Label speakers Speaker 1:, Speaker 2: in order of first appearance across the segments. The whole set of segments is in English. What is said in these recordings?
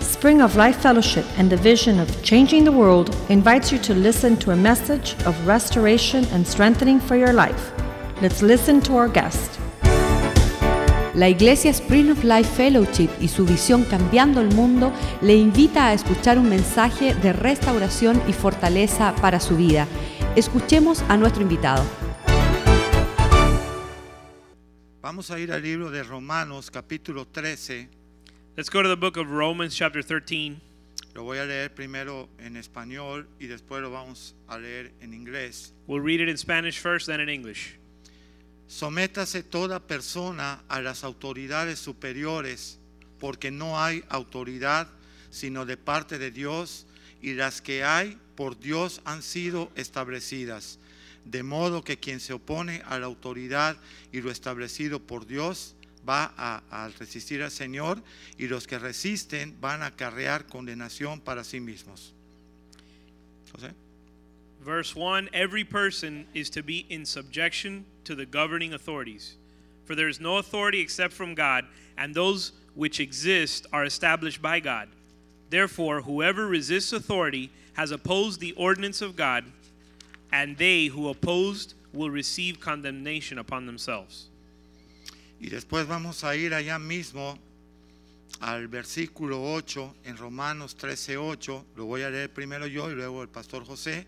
Speaker 1: Spring of Life Fellowship and the vision of changing the world invites you to listen to a message of restoration and strengthening for your life. Let's listen to our guest.
Speaker 2: La Iglesia Spring of Life Fellowship y su visión Cambiando el Mundo le invita a escuchar un mensaje de restauración y fortaleza para su vida. Escuchemos a nuestro invitado.
Speaker 3: Vamos a ir al libro de Romanos capítulo 13.
Speaker 4: Let's go to the book of Romans, chapter 13.
Speaker 3: Lo voy a leer primero en español y después lo vamos a leer en inglés.
Speaker 4: We'll read it in Spanish first, then in English.
Speaker 3: Sométase toda persona a las autoridades superiores, porque no hay autoridad sino de parte de Dios, y las que hay por Dios han sido establecidas. De modo que quien se opone a la autoridad y lo establecido por Dios va a, a resistir al Señor, y los que resisten van a acarrear condenación para sí mismos. José.
Speaker 4: Verse 1 Every person is to be in subjection to the governing authorities. For there is no authority except from God, and those which exist are established by God. Therefore, whoever resists authority has opposed the ordinance of God, and they who opposed will receive condemnation upon themselves.
Speaker 3: Y después vamos a ir allá mismo al versículo 8 en Romanos 13:8. Lo voy a leer primero yo y luego el pastor José.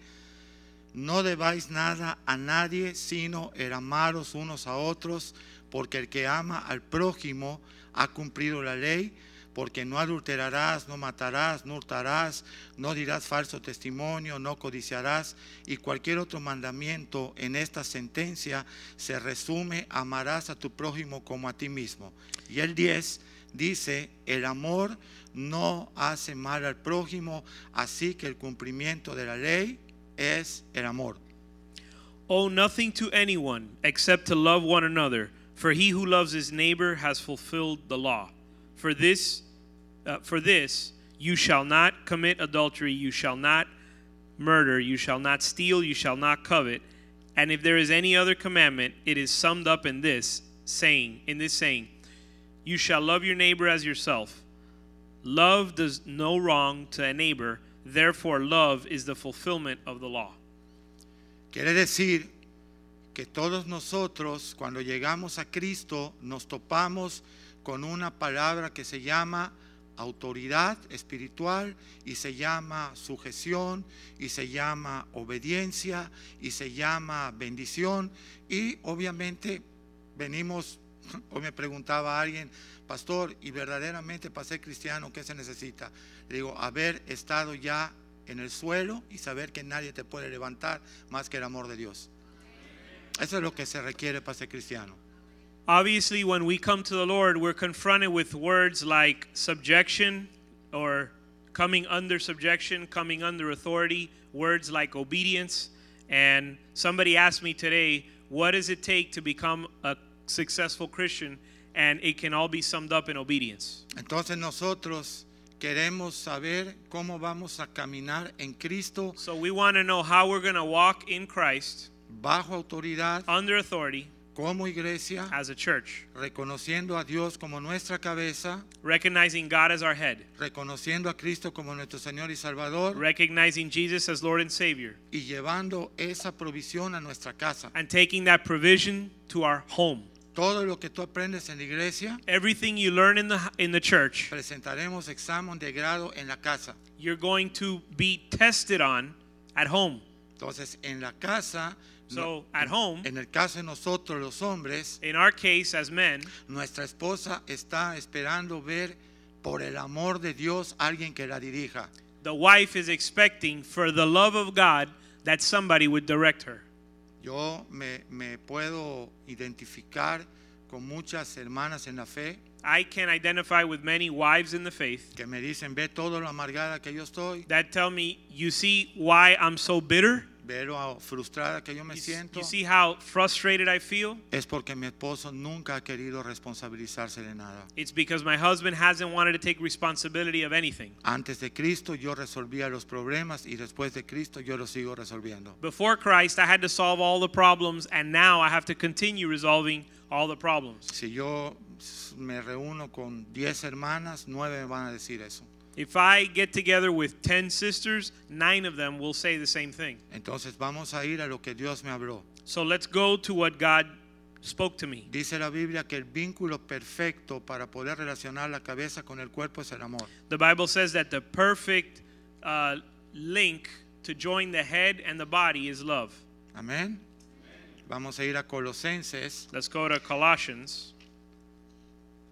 Speaker 3: No debáis nada a nadie sino el amaros unos a otros, porque el que ama al prójimo ha cumplido la ley, porque no adulterarás, no matarás, no hurtarás, no dirás falso testimonio, no codiciarás, y cualquier otro mandamiento en esta sentencia se resume, amarás a tu prójimo como a ti mismo. Y el 10 dice, el amor no hace mal al prójimo, así que el cumplimiento de la ley es el amor.
Speaker 4: Owe nothing to anyone except to love one another, for he who loves his neighbor has fulfilled the law. For this, uh, for this, you shall not commit adultery, you shall not murder, you shall not steal, you shall not covet. And if there is any other commandment, it is summed up in this saying, in this saying, you shall love your neighbor as yourself. Love does no wrong to a neighbor, therefore love is the fulfillment of the law.
Speaker 3: Quiere decir que todos nosotros, cuando llegamos a Cristo, nos topamos con una palabra que se llama autoridad espiritual y se llama sujeción y se llama obediencia y se llama bendición y obviamente venimos, hoy me preguntaba alguien, pastor, y verdaderamente para ser cristiano, ¿qué se necesita? Le digo, haber estado ya en el suelo y saber que nadie te puede levantar más que el amor de Dios. Eso es lo que se requiere para ser cristiano.
Speaker 4: Obviously, when we come to the Lord, we're confronted with words like subjection or coming under subjection, coming under authority, words like obedience. And somebody asked me today, what does it take to become a successful Christian? And it can all be summed up in obedience.
Speaker 3: Entonces nosotros queremos saber cómo vamos a caminar en Cristo
Speaker 4: So we want to know how we're going to walk in Christ
Speaker 3: bajo autoridad
Speaker 4: under authority
Speaker 3: como iglesia,
Speaker 4: as a church,
Speaker 3: reconociendo a Dios como nuestra cabeza,
Speaker 4: recognizing God as our head,
Speaker 3: reconociendo a Cristo como nuestro Señor y Salvador
Speaker 4: recognizing Jesus as Lord and Savior,
Speaker 3: y llevando esa provisión a nuestra casa.
Speaker 4: and taking that provision to our home.
Speaker 3: Todo lo que tú aprendes en la iglesia,
Speaker 4: Everything you learn in the in the church,
Speaker 3: presentaremos examen de grado en la casa.
Speaker 4: you're going to be tested on at home.
Speaker 3: Entonces, en la casa, no-
Speaker 4: So, at home,
Speaker 3: en el caso de nosotros los hombres,
Speaker 4: in our case as men,
Speaker 3: Nuestra esposa está esperando ver por el amor de Dios alguien que la dirija.
Speaker 4: the wife is expecting for the love of God that somebody would direct her.
Speaker 3: Yo me, me puedo identificar con muchas hermanas en la fe
Speaker 4: I can identify with many wives in the faith
Speaker 3: que me dicen, ve todo lo amargada que yo estoy,
Speaker 4: that tell me, "You see why I'm so bitter?
Speaker 3: ve lo frustrada que yo me
Speaker 4: You, s-
Speaker 3: siento.
Speaker 4: you see how frustrated I feel?
Speaker 3: Es porque mi esposo nunca ha querido responsabilizarse de nada.
Speaker 4: It's because my husband hasn't wanted to take responsibility of anything.
Speaker 3: Antes de Cristo yo resolvía los problemas y después de Cristo yo los sigo resolviendo.
Speaker 4: Before Christ, I had to solve all the problems, and now I have to continue resolving all the problems.
Speaker 3: Si yo s- me reúno con 10 hermanas, 9 me van a decir eso.
Speaker 4: If I get together with 10 sisters, nine of them will say the same thing.
Speaker 3: Entonces vamos a ir a lo que Dios me habló.
Speaker 4: So let's go to what God spoke to me.
Speaker 3: Dice la Biblia que el vínculo perfecto para poder relacionar la cabeza con el cuerpo es el amor.
Speaker 4: The Bible says that the perfect uh, link to join the head and the body is love.
Speaker 3: Amén. Vamos a ir a Colosenses.
Speaker 4: Let's go to Colossians,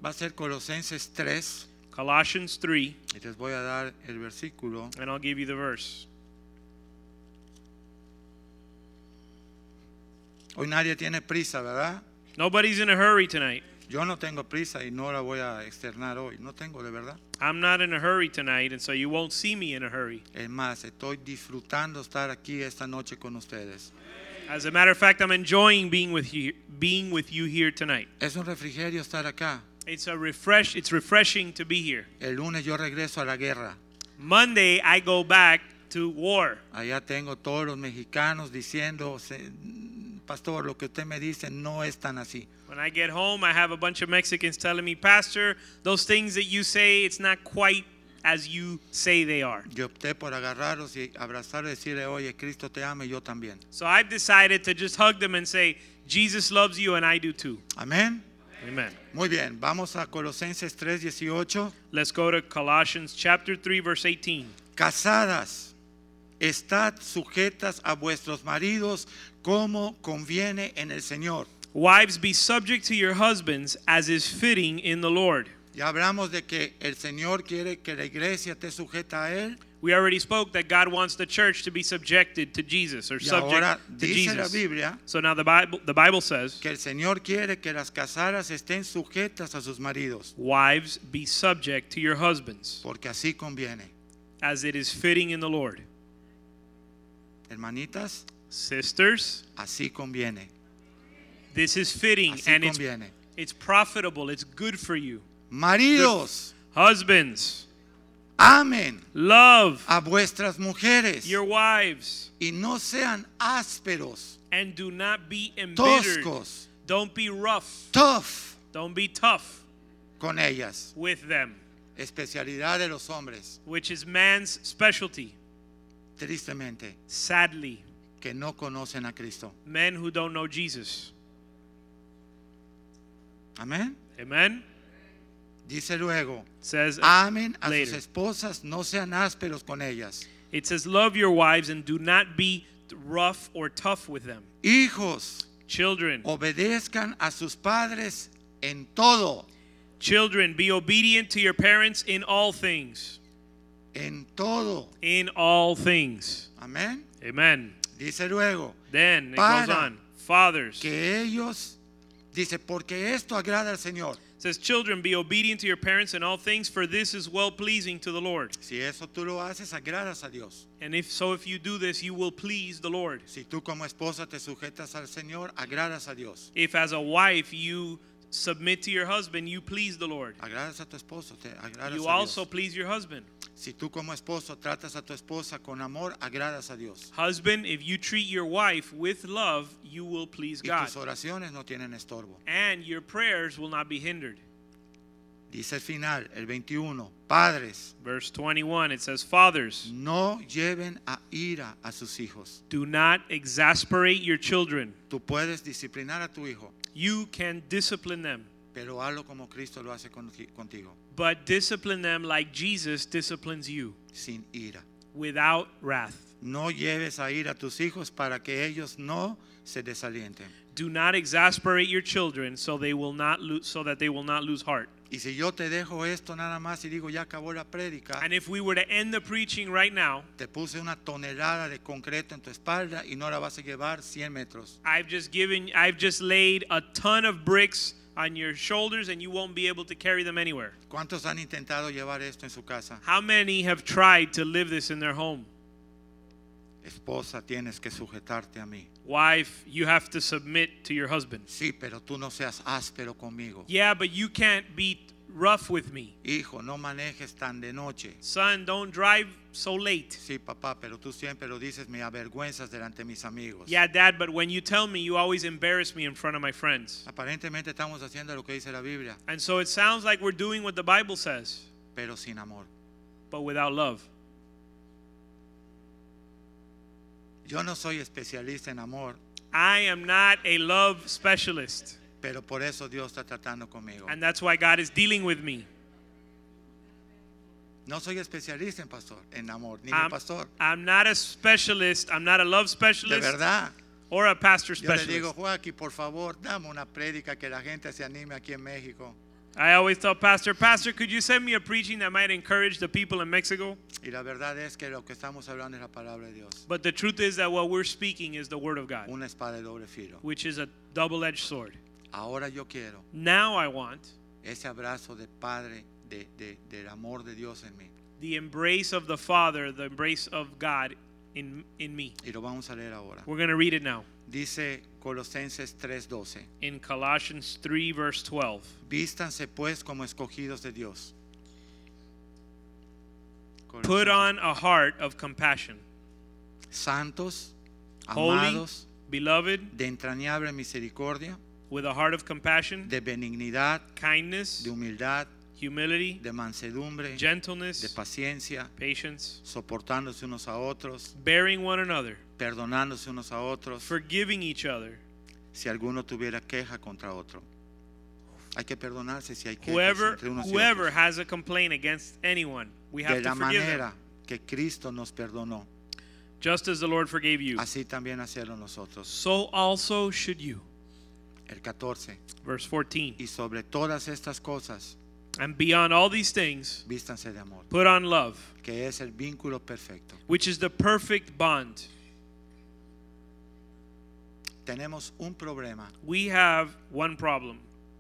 Speaker 3: Va a ser Colosenses 3.
Speaker 4: Colossians 3,
Speaker 3: Y les voy a dar el versículo.
Speaker 4: and I'll give you the verse.
Speaker 3: Hoy nadie tiene prisa, ¿verdad?
Speaker 4: Nobody's in a hurry tonight.
Speaker 3: Yo no tengo prisa y no la voy a externar hoy. No tengo, de verdad.
Speaker 4: I'm not in a hurry tonight, and so you won't see me in a hurry.
Speaker 3: Es más, estoy disfrutando estar aquí esta noche con ustedes.
Speaker 4: As a matter of fact, I'm enjoying being with you, being with you here tonight.
Speaker 3: Es un refrigerio estar acá.
Speaker 4: It's a refresh. It's refreshing to be here.
Speaker 3: El lunes yo regreso a la guerra.
Speaker 4: Monday, I go back to war.
Speaker 3: Allá tengo todos los mexicanos diciendo, "Se- pastor, lo que usted me dice no es tan así.
Speaker 4: When I get home, I have a bunch of Mexicans telling me, Pastor, those things that you say, it's not quite as you say they are.
Speaker 3: Yo opté por agarrarlos y abrazarlos y decirle, oye, Cristo te ama y yo también.
Speaker 4: So I've decided to just hug them and say, Jesus loves you and I do too.
Speaker 3: Amén.
Speaker 4: Amen.
Speaker 3: Muy bien, vamos a Colosenses 3:18.
Speaker 4: Let's go to Colossians chapter 3, verse 18.
Speaker 3: Casadas, estad sujetas a vuestros maridos como conviene en el Señor.
Speaker 4: Wives, be subject to your husbands as is fitting in the Lord.
Speaker 3: Ya hablamos de que el Señor quiere que la iglesia esté sujeta a Él.
Speaker 4: We already spoke that God wants the church to be subjected to Jesus or
Speaker 3: Y
Speaker 4: subject
Speaker 3: ahora
Speaker 4: to
Speaker 3: dice la
Speaker 4: Jesus.
Speaker 3: Biblia
Speaker 4: So now the Bible, the Bible says,
Speaker 3: que el Señor quiere que las casadas estén sujetas a sus maridos,
Speaker 4: Wives, be subject to your husbands,
Speaker 3: porque así conviene.
Speaker 4: as it is fitting in the Lord.
Speaker 3: Hermanitas,
Speaker 4: Sisters,
Speaker 3: así conviene.
Speaker 4: this is fitting
Speaker 3: Así
Speaker 4: and it's,
Speaker 3: conviene.
Speaker 4: it's profitable, it's good for you.
Speaker 3: Maridos,
Speaker 4: Husbands,
Speaker 3: amen
Speaker 4: love
Speaker 3: a vuestras mujeres
Speaker 4: your wives
Speaker 3: y no sean ásperos,
Speaker 4: and do not be embittered.
Speaker 3: toscos,
Speaker 4: Don't be rough,
Speaker 3: tough
Speaker 4: don't be tough
Speaker 3: con ellas.
Speaker 4: with them,
Speaker 3: Especialidad de los hombres,
Speaker 4: which is man's specialty.
Speaker 3: tristemente,
Speaker 4: Sadly,
Speaker 3: que no conocen a Cristo.
Speaker 4: men who don't know Jesus.
Speaker 3: Amén.
Speaker 4: Amen?
Speaker 3: Dice luego,
Speaker 4: Says
Speaker 3: amen a sus
Speaker 4: later.
Speaker 3: esposas, no sean ásperos con ellas.
Speaker 4: It says, Love your wives and do not be rough or tough with them.
Speaker 3: Hijos,
Speaker 4: Children,
Speaker 3: Oh. obedezcan a sus padres en todo,
Speaker 4: children, be obedient to your parents in all things.
Speaker 3: en todo.
Speaker 4: In all things.
Speaker 3: Amén.
Speaker 4: Amen.
Speaker 3: Dice luego,
Speaker 4: Then it goes
Speaker 3: Para
Speaker 4: on. Fathers.
Speaker 3: que ellos, dice, porque esto agrada al Señor.
Speaker 4: says, Children, be obedient to your parents in all things, for this is well pleasing to the Lord.
Speaker 3: Si eso tú lo haces, agradas a Dios.
Speaker 4: And if so, if you do this, you will please the Lord.
Speaker 3: Si tú como esposa te sujetas al Señor, agradas a Dios.
Speaker 4: If as a wife you submit to your husband, you please the Lord.
Speaker 3: Agradas a tu esposo, te agradas
Speaker 4: You
Speaker 3: Ah, a
Speaker 4: also
Speaker 3: Dios.
Speaker 4: please your husband.
Speaker 3: Si tú como esposo tratas a tu esposa con amor, agradas a Dios.
Speaker 4: Husband, if you treat your wife with love, you will please
Speaker 3: Y
Speaker 4: God.
Speaker 3: tus oraciones no tienen estorbo.
Speaker 4: And your prayers will not be hindered.
Speaker 3: Dice el final, el 21. Padres,
Speaker 4: Verse 21, it says, Fathers,
Speaker 3: no lleven a ira a sus hijos.
Speaker 4: do not exasperate your children.
Speaker 3: Tú puedes disciplinar a tu hijo,
Speaker 4: You can discipline them,
Speaker 3: pero hazlo como Cristo lo hace con- contigo,
Speaker 4: but discipline them like Jesus disciplines you,
Speaker 3: sin ira.
Speaker 4: without wrath.
Speaker 3: No lleves a ira a tus hijos para que ellos no se desalienten.
Speaker 4: Do not exasperate your children so they will not lose so that they will not lose heart.
Speaker 3: Y si yo te dejo esto nada más y digo, ya acabó la prédica,
Speaker 4: And if we were to end the preaching right now,
Speaker 3: te puse una tonelada de concreto en tu espalda y no la vas a llevar 100 metros.
Speaker 4: I've just given I've just laid a ton of bricks on your shoulders and you won't be able to carry them anywhere.
Speaker 3: ¿Cuántos han intentado llevar esto en su casa?
Speaker 4: How many have tried to live this in their home?
Speaker 3: Esposa, tienes que sujetarte a mí.
Speaker 4: Wife, you have to submit to your husband.
Speaker 3: Sí, pero tú no seas áspero conmigo.
Speaker 4: Yeah, but you can't be rough with me.
Speaker 3: Hijo, no manejes tan de noche.
Speaker 4: Son, don't drive so late.
Speaker 3: Sí, papá, pero tú siempre lo dices, me avergüenzas delante de mis amigos.
Speaker 4: Yeah, Dad, but when you tell me, you always embarrass me in front of my friends.
Speaker 3: Aparentemente estamos haciendo lo que dice la Biblia,
Speaker 4: And so it sounds like we're doing what the Bible says,
Speaker 3: pero sin amor.
Speaker 4: but without love.
Speaker 3: Yo no soy especialista en amor,
Speaker 4: I am not a love specialist,
Speaker 3: pero por eso Dios está tratando conmigo.
Speaker 4: and that's why God is dealing with me.
Speaker 3: No soy especialista en pastor, en amor, ni en
Speaker 4: I'm,
Speaker 3: pastor.
Speaker 4: I'm not a specialist. I'm not a love
Speaker 3: De
Speaker 4: specialist
Speaker 3: verdad.
Speaker 4: or a pastor
Speaker 3: Yo le digo,
Speaker 4: specialist.
Speaker 3: Joaquín, por favor, dame una prédica que la gente se anime aquí en México.
Speaker 4: I always tell Pastor, Pastor, could you send me a preaching that might encourage the people in Mexico?
Speaker 3: Y la verdad es que lo que estamos hablando es la palabra de Dios.
Speaker 4: But the truth is that what we're speaking is the Word of God,
Speaker 3: Una espada de doble filo.
Speaker 4: which is a double edged sword.
Speaker 3: Ahora yo quiero
Speaker 4: Now I want
Speaker 3: ese abrazo de Padre, de, de- del amor de Dios en mí.
Speaker 4: the embrace of the Father, the embrace of God in, in me.
Speaker 3: Y lo vamos a leer ahora.
Speaker 4: We're going to read it now
Speaker 3: Dice Colosenses 3:12.
Speaker 4: in Colossians 3, verse 12.
Speaker 3: Vístanse pues como escogidos de Dios.
Speaker 4: Put on a heart of compassion,
Speaker 3: santos,
Speaker 4: holy,
Speaker 3: amados,
Speaker 4: beloved,
Speaker 3: de entrañable misericordia,
Speaker 4: with a heart of compassion,
Speaker 3: de benignidad,
Speaker 4: kindness,
Speaker 3: de humildad,
Speaker 4: humility,
Speaker 3: de mansedumbre, de
Speaker 4: gentleness,
Speaker 3: paciencia,
Speaker 4: patience,
Speaker 3: soportándose unos a otros,
Speaker 4: bearing one another,
Speaker 3: perdonándose unos a otros,
Speaker 4: forgiving each other.
Speaker 3: si alguno tuviera queja contra otro. Hay que perdonarse si hay quejas
Speaker 4: Whoever
Speaker 3: entre unos y
Speaker 4: whoever
Speaker 3: otros.
Speaker 4: has a complaint against anyone, we
Speaker 3: De
Speaker 4: have
Speaker 3: la
Speaker 4: to forgive
Speaker 3: manera
Speaker 4: them,
Speaker 3: que Cristo nos perdonó,
Speaker 4: just as the Lord forgave you.
Speaker 3: así también hacerlo nosotros.
Speaker 4: So also should you.
Speaker 3: El 14.
Speaker 4: Verse 14.
Speaker 3: Y sobre todas estas cosas,
Speaker 4: And beyond all these things,
Speaker 3: vístanse de amor,
Speaker 4: put on love,
Speaker 3: que es el vínculo perfecto.
Speaker 4: which is the perfect bond.
Speaker 3: Tenemos un problema.
Speaker 4: We have one problem.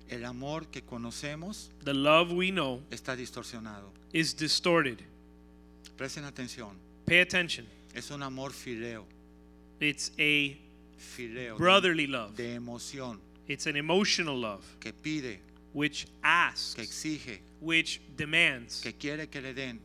Speaker 3: El amor que conocemos
Speaker 4: The love we know
Speaker 3: está distorsionado.
Speaker 4: is distorted.
Speaker 3: Presten atención.
Speaker 4: Pay attention.
Speaker 3: Es un amor fileo.
Speaker 4: It's a
Speaker 3: Fileo. de-
Speaker 4: brotherly love.
Speaker 3: de emoción.
Speaker 4: It's an emotional love
Speaker 3: Que pide,
Speaker 4: which
Speaker 3: que
Speaker 4: asks,
Speaker 3: exige,
Speaker 4: which demands.
Speaker 3: que quiere que le den.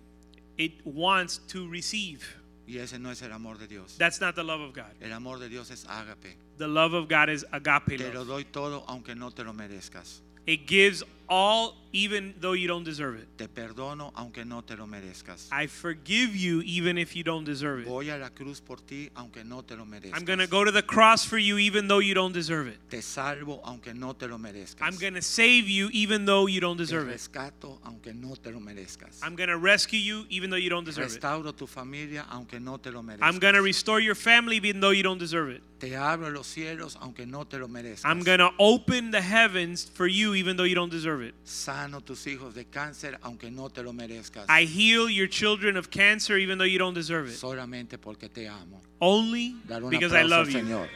Speaker 4: It wants to receive.
Speaker 3: Y ese no es el amor de Dios.
Speaker 4: That's not the love of God.
Speaker 3: El amor de Dios es ágape.
Speaker 4: The love of God is agape
Speaker 3: Te lo
Speaker 4: love.
Speaker 3: doy todo aunque no te lo merezcas.
Speaker 4: It gives all even though you don't deserve it.
Speaker 3: Te perdono aunque no te lo merezcas.
Speaker 4: I forgive you even if you don't deserve it.
Speaker 3: Voy a la cruz por ti aunque no te lo merezcas.
Speaker 4: I'm going to go to the cross for you even though you don't deserve it.
Speaker 3: Te salvo aunque no te lo merezcas.
Speaker 4: I'm going to save you even though you don't
Speaker 3: Te
Speaker 4: deserve it.
Speaker 3: rescato aunque no te lo merezcas.
Speaker 4: I'm going to rescue you even though you don't deserve it.
Speaker 3: Restauro tu familia aunque no te lo merezcas.
Speaker 4: I'm going to restore your family even though you don't deserve it.
Speaker 3: Te abro los cielos aunque no te lo merezcas.
Speaker 4: I'm going to open the heavens for you even though you don't deserve it.
Speaker 3: Sano tus hijos de cáncer aunque no te lo merezcas.
Speaker 4: I heal your children of cancer even though you don't deserve it.
Speaker 3: Solamente porque te amo.
Speaker 4: Only
Speaker 3: Dar un
Speaker 4: because I
Speaker 3: aplauso
Speaker 4: love
Speaker 3: al
Speaker 4: you.
Speaker 3: Señor.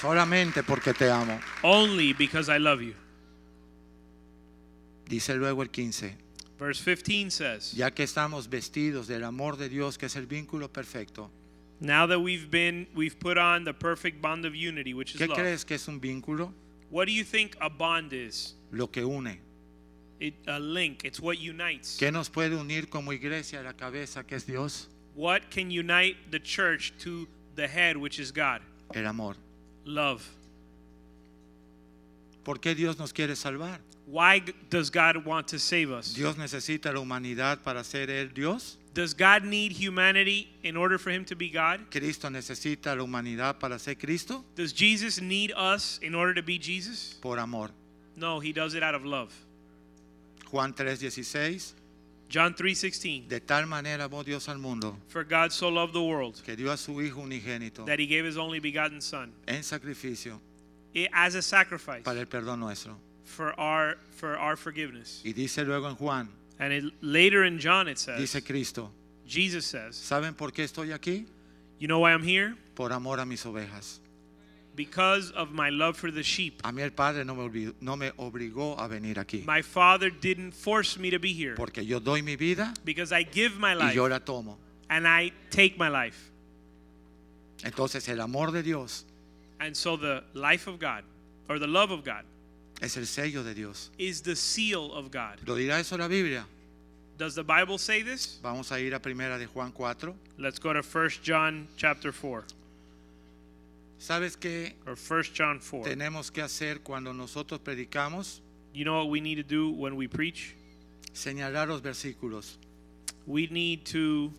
Speaker 3: Solamente porque te amo.
Speaker 4: Only because I love you.
Speaker 3: Dice luego el 15.
Speaker 4: Verse 15 says,
Speaker 3: Ya que estamos vestidos del amor de Dios, que es el vínculo perfecto.
Speaker 4: Now that we've been, we've put on the perfect bond of unity, which is
Speaker 3: ¿Qué
Speaker 4: love.
Speaker 3: crees que es un vínculo?
Speaker 4: What do you think a bond is?
Speaker 3: Lo que une.
Speaker 4: It, a link. It's what unites.
Speaker 3: ¿Qué nos puede unir como iglesia a la cabeza que es Dios?
Speaker 4: What can unite the church to the head, which is God?
Speaker 3: El amor.
Speaker 4: Love.
Speaker 3: ¿Por qué Dios nos quiere salvar?
Speaker 4: Why g- does God want to save us?
Speaker 3: ¿Dios necesita la humanidad para ser Él Dios?
Speaker 4: Does God need humanity in order for Him to be God?
Speaker 3: ¿Cristo necesita la humanidad para ser Cristo?
Speaker 4: Does Jesus need us in order to be Jesus?
Speaker 3: Por amor.
Speaker 4: No, He does it out of love.
Speaker 3: Juan 3:16,
Speaker 4: John 3:16.
Speaker 3: de tal manera amó Dios al mundo
Speaker 4: For God so loved the world
Speaker 3: que dio a su Hijo unigénito
Speaker 4: that He gave His only begotten Son
Speaker 3: en sacrificio
Speaker 4: i- as a sacrifice.
Speaker 3: para el perdón nuestro.
Speaker 4: for our for our forgiveness.
Speaker 3: Y dice luego en Juan,
Speaker 4: And it, later in John it says,
Speaker 3: dice Cristo,
Speaker 4: Jesus says,
Speaker 3: ¿saben por qué estoy aquí?
Speaker 4: "You know why I'm here?
Speaker 3: Por amor a mis ovejas.
Speaker 4: Because of my love for the sheep.
Speaker 3: A mí el Padre no me, olvi- no me obligó a venir aquí,
Speaker 4: My Father didn't force me to be here
Speaker 3: porque yo doy mi vida
Speaker 4: because I give my
Speaker 3: y
Speaker 4: life
Speaker 3: yo la tomo.
Speaker 4: and I take my life.
Speaker 3: Entonces el amor de Dios
Speaker 4: And so the life of God or the love of God
Speaker 3: es el sello de Dios.
Speaker 4: is the seal of God.
Speaker 3: ¿Lo dirá eso la Biblia?
Speaker 4: Does the Bible say this?
Speaker 3: Vamos a ir a primera de Juan 4.
Speaker 4: Let's go to 1 John chapter 4
Speaker 3: ¿Sabes qué
Speaker 4: or 1 John 4.
Speaker 3: tenemos que hacer cuando nosotros predicamos?
Speaker 4: You know what we need to do when we preach?
Speaker 3: Señalar los versículos.
Speaker 4: We need to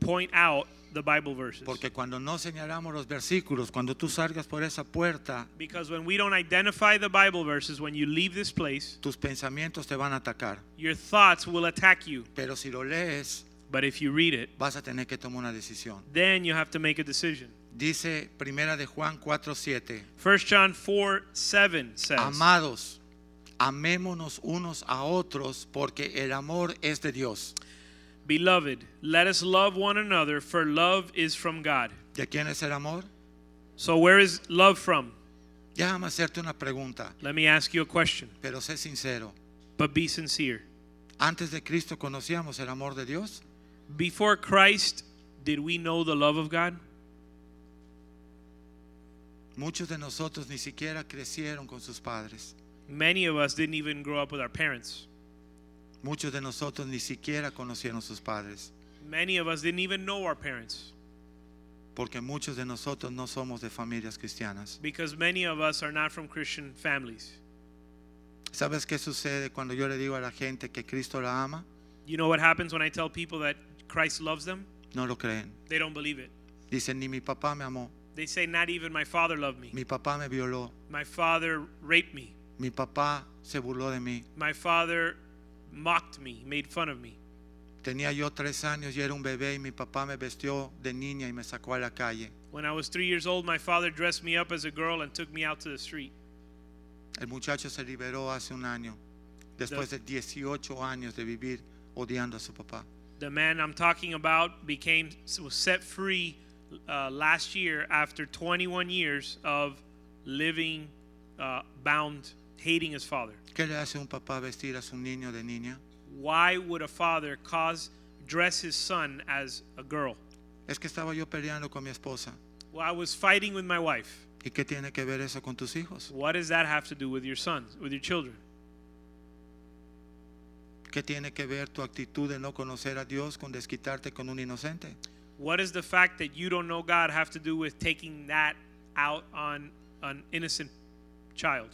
Speaker 4: point out the Bible verses.
Speaker 3: Porque cuando no señalamos los versículos, cuando tú salgas por esa puerta,
Speaker 4: Because when we don't identify the Bible verses, when you leave this place,
Speaker 3: tus pensamientos te van a atacar.
Speaker 4: your thoughts will attack you.
Speaker 3: Pero si lo lees,
Speaker 4: But if you read it,
Speaker 3: vas a tener que tomar una decisión.
Speaker 4: then you have to make a decision.
Speaker 3: Dice primera de Juan 4:7.
Speaker 4: 1 John 4 7 says,
Speaker 3: Amados, amémonos unos a otros porque el amor es de Dios.
Speaker 4: Beloved, let us love one another, for love is from God.
Speaker 3: ¿De quién es el amor?
Speaker 4: So, where is love from?
Speaker 3: Déjame hacerte una pregunta,
Speaker 4: Let me ask you a question,
Speaker 3: pero sé sincero.
Speaker 4: but be sincere.
Speaker 3: ¿Antes de Cristo conocíamos el amor de Dios?
Speaker 4: Before Christ, did we know the love of God?
Speaker 3: Muchos de nosotros ni siquiera crecieron con sus padres.
Speaker 4: Many of us didn't even grow up with our parents.
Speaker 3: Muchos de nosotros ni siquiera conocieron sus padres,
Speaker 4: Many of us didn't even know our parents
Speaker 3: porque muchos de nosotros no somos de familias cristianas.
Speaker 4: because many of us are not from Christian families.
Speaker 3: ¿Sabes qué sucede cuando yo le digo a la gente que Cristo la ama?
Speaker 4: You know what happens when I tell people that Christ loves them?
Speaker 3: No lo creen.
Speaker 4: They don't believe it.
Speaker 3: Dicen, ni mi papá me amó,
Speaker 4: They say, Not even my father loved me.
Speaker 3: mi papá me violó,
Speaker 4: My father raped me.
Speaker 3: mi papá se burló de mí.
Speaker 4: My father mocked me, made fun of me.
Speaker 3: Tenía yo tres años y era un bebé y mi papá me vestió de niña y me sacó a la calle.
Speaker 4: When I was three years old, my father dressed me up as a girl and took me out to the street.
Speaker 3: El muchacho se liberó hace un año, después de 18 años de vivir odiando a su papá.
Speaker 4: The man I'm talking about became was set free uh, last year after 21 years of living uh, bound, hating his father.
Speaker 3: ¿Qué le hace un papá vestir a su niño de niña?
Speaker 4: Why would a father cause dress his son as a girl?
Speaker 3: Es que estaba yo peleando con mi esposa.
Speaker 4: Well, I was fighting with my wife.
Speaker 3: ¿Y qué tiene que ver eso con tus hijos?
Speaker 4: What does that have to do with your sons, with your children?
Speaker 3: ¿Qué tiene que ver tu actitud de no conocer a Dios con desquitarte con un inocente?
Speaker 4: What does the fact that you don't know God have to do with taking that out on an innocent child?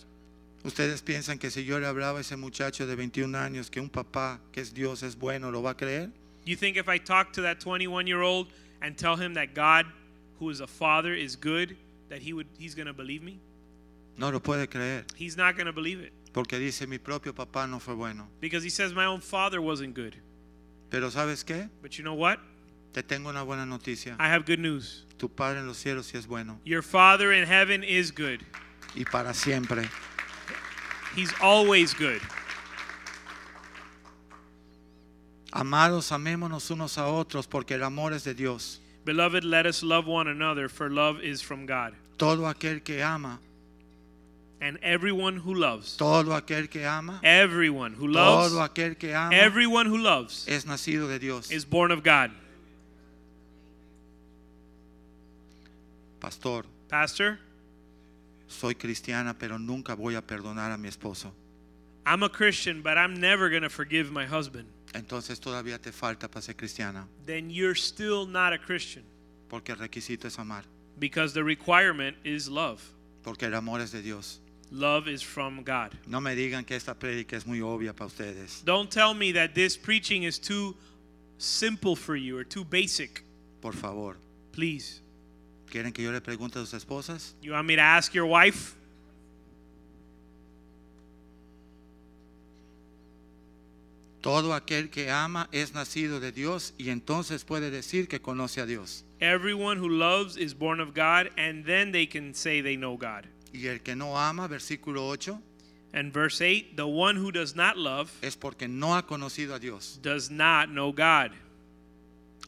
Speaker 3: Ustedes piensan que si yo le hablaba a ese muchacho de 21 años que un papá que es Dios es bueno, ¿lo va a creer?
Speaker 4: You think if I talk to that 21 year old and tell him that God, who is a father, is good, that he would he's gonna believe me?
Speaker 3: No lo puede creer,
Speaker 4: He's not gonna believe it
Speaker 3: porque dice mi propio papá no fue bueno.
Speaker 4: because he says my own father wasn't good.
Speaker 3: Pero ¿sabes qué?
Speaker 4: But you know what?
Speaker 3: Te tengo una buena noticia.
Speaker 4: I have good news.
Speaker 3: Tu Padre en los cielos sí es bueno
Speaker 4: Your father in heaven is good.
Speaker 3: y para siempre.
Speaker 4: He's always good.
Speaker 3: Amados, amémonos unos a otros porque el amor es de Dios.
Speaker 4: Beloved, let us love one another, for love is from God.
Speaker 3: Todo aquel que ama,
Speaker 4: And everyone who loves,
Speaker 3: todo aquel que ama,
Speaker 4: everyone who loves,
Speaker 3: todo aquel que ama
Speaker 4: everyone who loves
Speaker 3: es nacido de Dios.
Speaker 4: is born of God.
Speaker 3: Pastor,
Speaker 4: Pastor,
Speaker 3: soy cristiana, pero nunca voy a perdonar a mi esposo.
Speaker 4: I'm a Christian, but I'm never going to forgive my husband.
Speaker 3: Entonces todavía te falta para ser cristiana,
Speaker 4: Then you're still not a Christian
Speaker 3: porque el requisito es amar,
Speaker 4: because the requirement is love.
Speaker 3: porque el amor es de Dios.
Speaker 4: Love is from God.
Speaker 3: No me digan que esta prédica es muy obvia para ustedes,
Speaker 4: Don't tell me that this preaching is too simple for you or too basic.
Speaker 3: por favor.
Speaker 4: Please.
Speaker 3: ¿Quieren que yo le pregunte a sus esposas?
Speaker 4: You want me to ask your wife?
Speaker 3: Todo aquel que ama es nacido de Dios y entonces puede decir que conoce a Dios.
Speaker 4: Everyone who loves is born of God, and then they can say they know God.
Speaker 3: Y el que no ama, versículo 8,
Speaker 4: And verse 8 the one who does not love
Speaker 3: es porque no ha conocido a Dios,
Speaker 4: does not know God,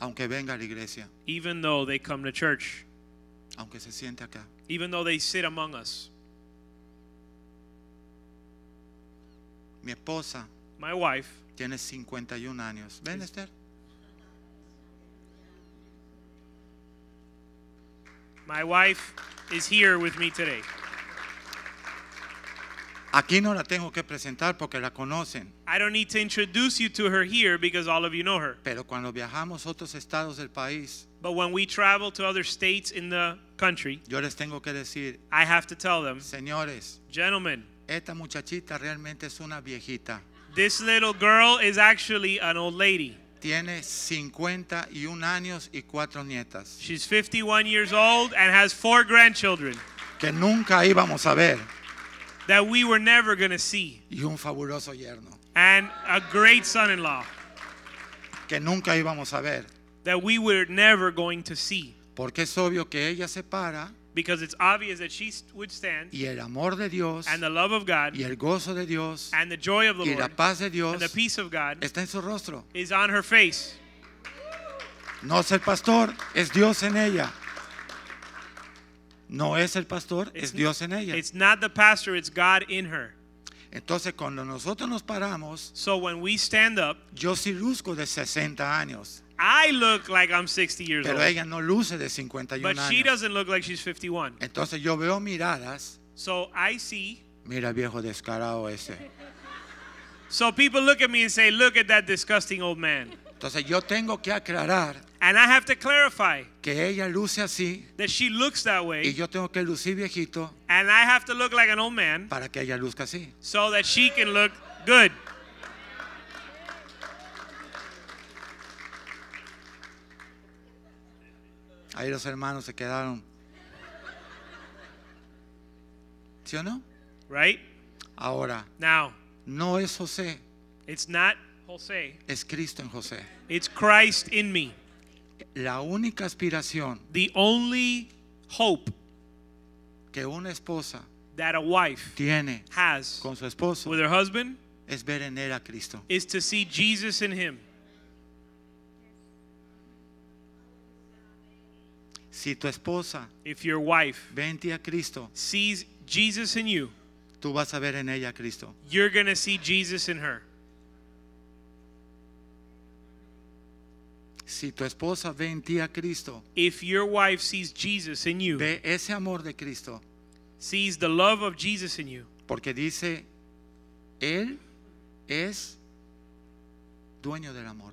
Speaker 3: aunque venga a la iglesia,
Speaker 4: even though they come to church,
Speaker 3: aunque se siente acá.
Speaker 4: even though they sit among us.
Speaker 3: Mi esposa
Speaker 4: My wife
Speaker 3: tiene 51 años. ¿Ven, Esther?
Speaker 4: My wife is here with me today.
Speaker 3: Aquí no la tengo que presentar porque la conocen,
Speaker 4: I don't need to introduce you to her here because all of you know her.
Speaker 3: pero cuando viajamos a otros estados del país,
Speaker 4: But when we travel to other states in the country,
Speaker 3: yo les tengo que decir,
Speaker 4: I have to tell them,
Speaker 3: señores,
Speaker 4: gentlemen,
Speaker 3: esta muchachita realmente es una viejita.
Speaker 4: this little girl is actually an old lady.
Speaker 3: Tiene 51 años y cuatro nietas,
Speaker 4: She's 51 years old and has four grandchildren
Speaker 3: que nunca íbamos a ver,
Speaker 4: that we were never going to see,
Speaker 3: y un fabuloso yerno,
Speaker 4: and a great son in law
Speaker 3: que nunca íbamos a ver,
Speaker 4: that we were never going to see.
Speaker 3: porque es obvio que ella se para
Speaker 4: Because it's obvious that she st- would stand,
Speaker 3: y el amor de Dios
Speaker 4: and the love of God,
Speaker 3: y el gozo de Dios
Speaker 4: and the joy of the
Speaker 3: y la
Speaker 4: Lord,
Speaker 3: paz de Dios
Speaker 4: and the peace of God
Speaker 3: está en su rostro.
Speaker 4: is on her face.
Speaker 3: No es el pastor, es Dios en ella. No es el pastor, es Dios en ella.
Speaker 4: It's not the pastor, it's God in her.
Speaker 3: Entonces cuando nosotros nos paramos,
Speaker 4: So when we stand up,
Speaker 3: yo sí luzco de 60 años,
Speaker 4: I look like I'm 60 years
Speaker 3: pero
Speaker 4: old,
Speaker 3: ella no luce de
Speaker 4: but
Speaker 3: 51
Speaker 4: she
Speaker 3: años.
Speaker 4: doesn't look like she's 51.
Speaker 3: Entonces yo veo miradas,
Speaker 4: So I see.
Speaker 3: mira viejo descarado ese.
Speaker 4: So people look at me and say, "Look at that disgusting old man."
Speaker 3: Entonces yo tengo que aclarar
Speaker 4: And I have to clarify
Speaker 3: que ella luce así
Speaker 4: that she looks that
Speaker 3: y
Speaker 4: way,
Speaker 3: yo tengo que lucir viejito
Speaker 4: and I have to look like an old man
Speaker 3: para que ella luzca así.
Speaker 4: so that she can look good.
Speaker 3: Ahí los hermanos se quedaron. ¿Sí o no?
Speaker 4: Right?
Speaker 3: Ahora,
Speaker 4: Now,
Speaker 3: no es José,
Speaker 4: it's not Jose,
Speaker 3: es Cristo en José.
Speaker 4: it's Christ in me.
Speaker 3: La única aspiración
Speaker 4: The only hope
Speaker 3: que una esposa
Speaker 4: that a wife
Speaker 3: tiene
Speaker 4: has
Speaker 3: con su esposo
Speaker 4: with her husband
Speaker 3: es ver en él a Cristo.
Speaker 4: is to see Jesus in him.
Speaker 3: Si tu esposa
Speaker 4: If your wife
Speaker 3: ve en ti a Cristo,
Speaker 4: sees Jesus in you,
Speaker 3: tú vas a ver en ella a Cristo.
Speaker 4: you're going to see Jesus in her.
Speaker 3: Si tu esposa ve en ti a Cristo,
Speaker 4: If your wife sees Jesus in you,
Speaker 3: ve ese amor de Cristo,
Speaker 4: sees the love of Jesus in you,
Speaker 3: porque dice, Él es dueño del amor.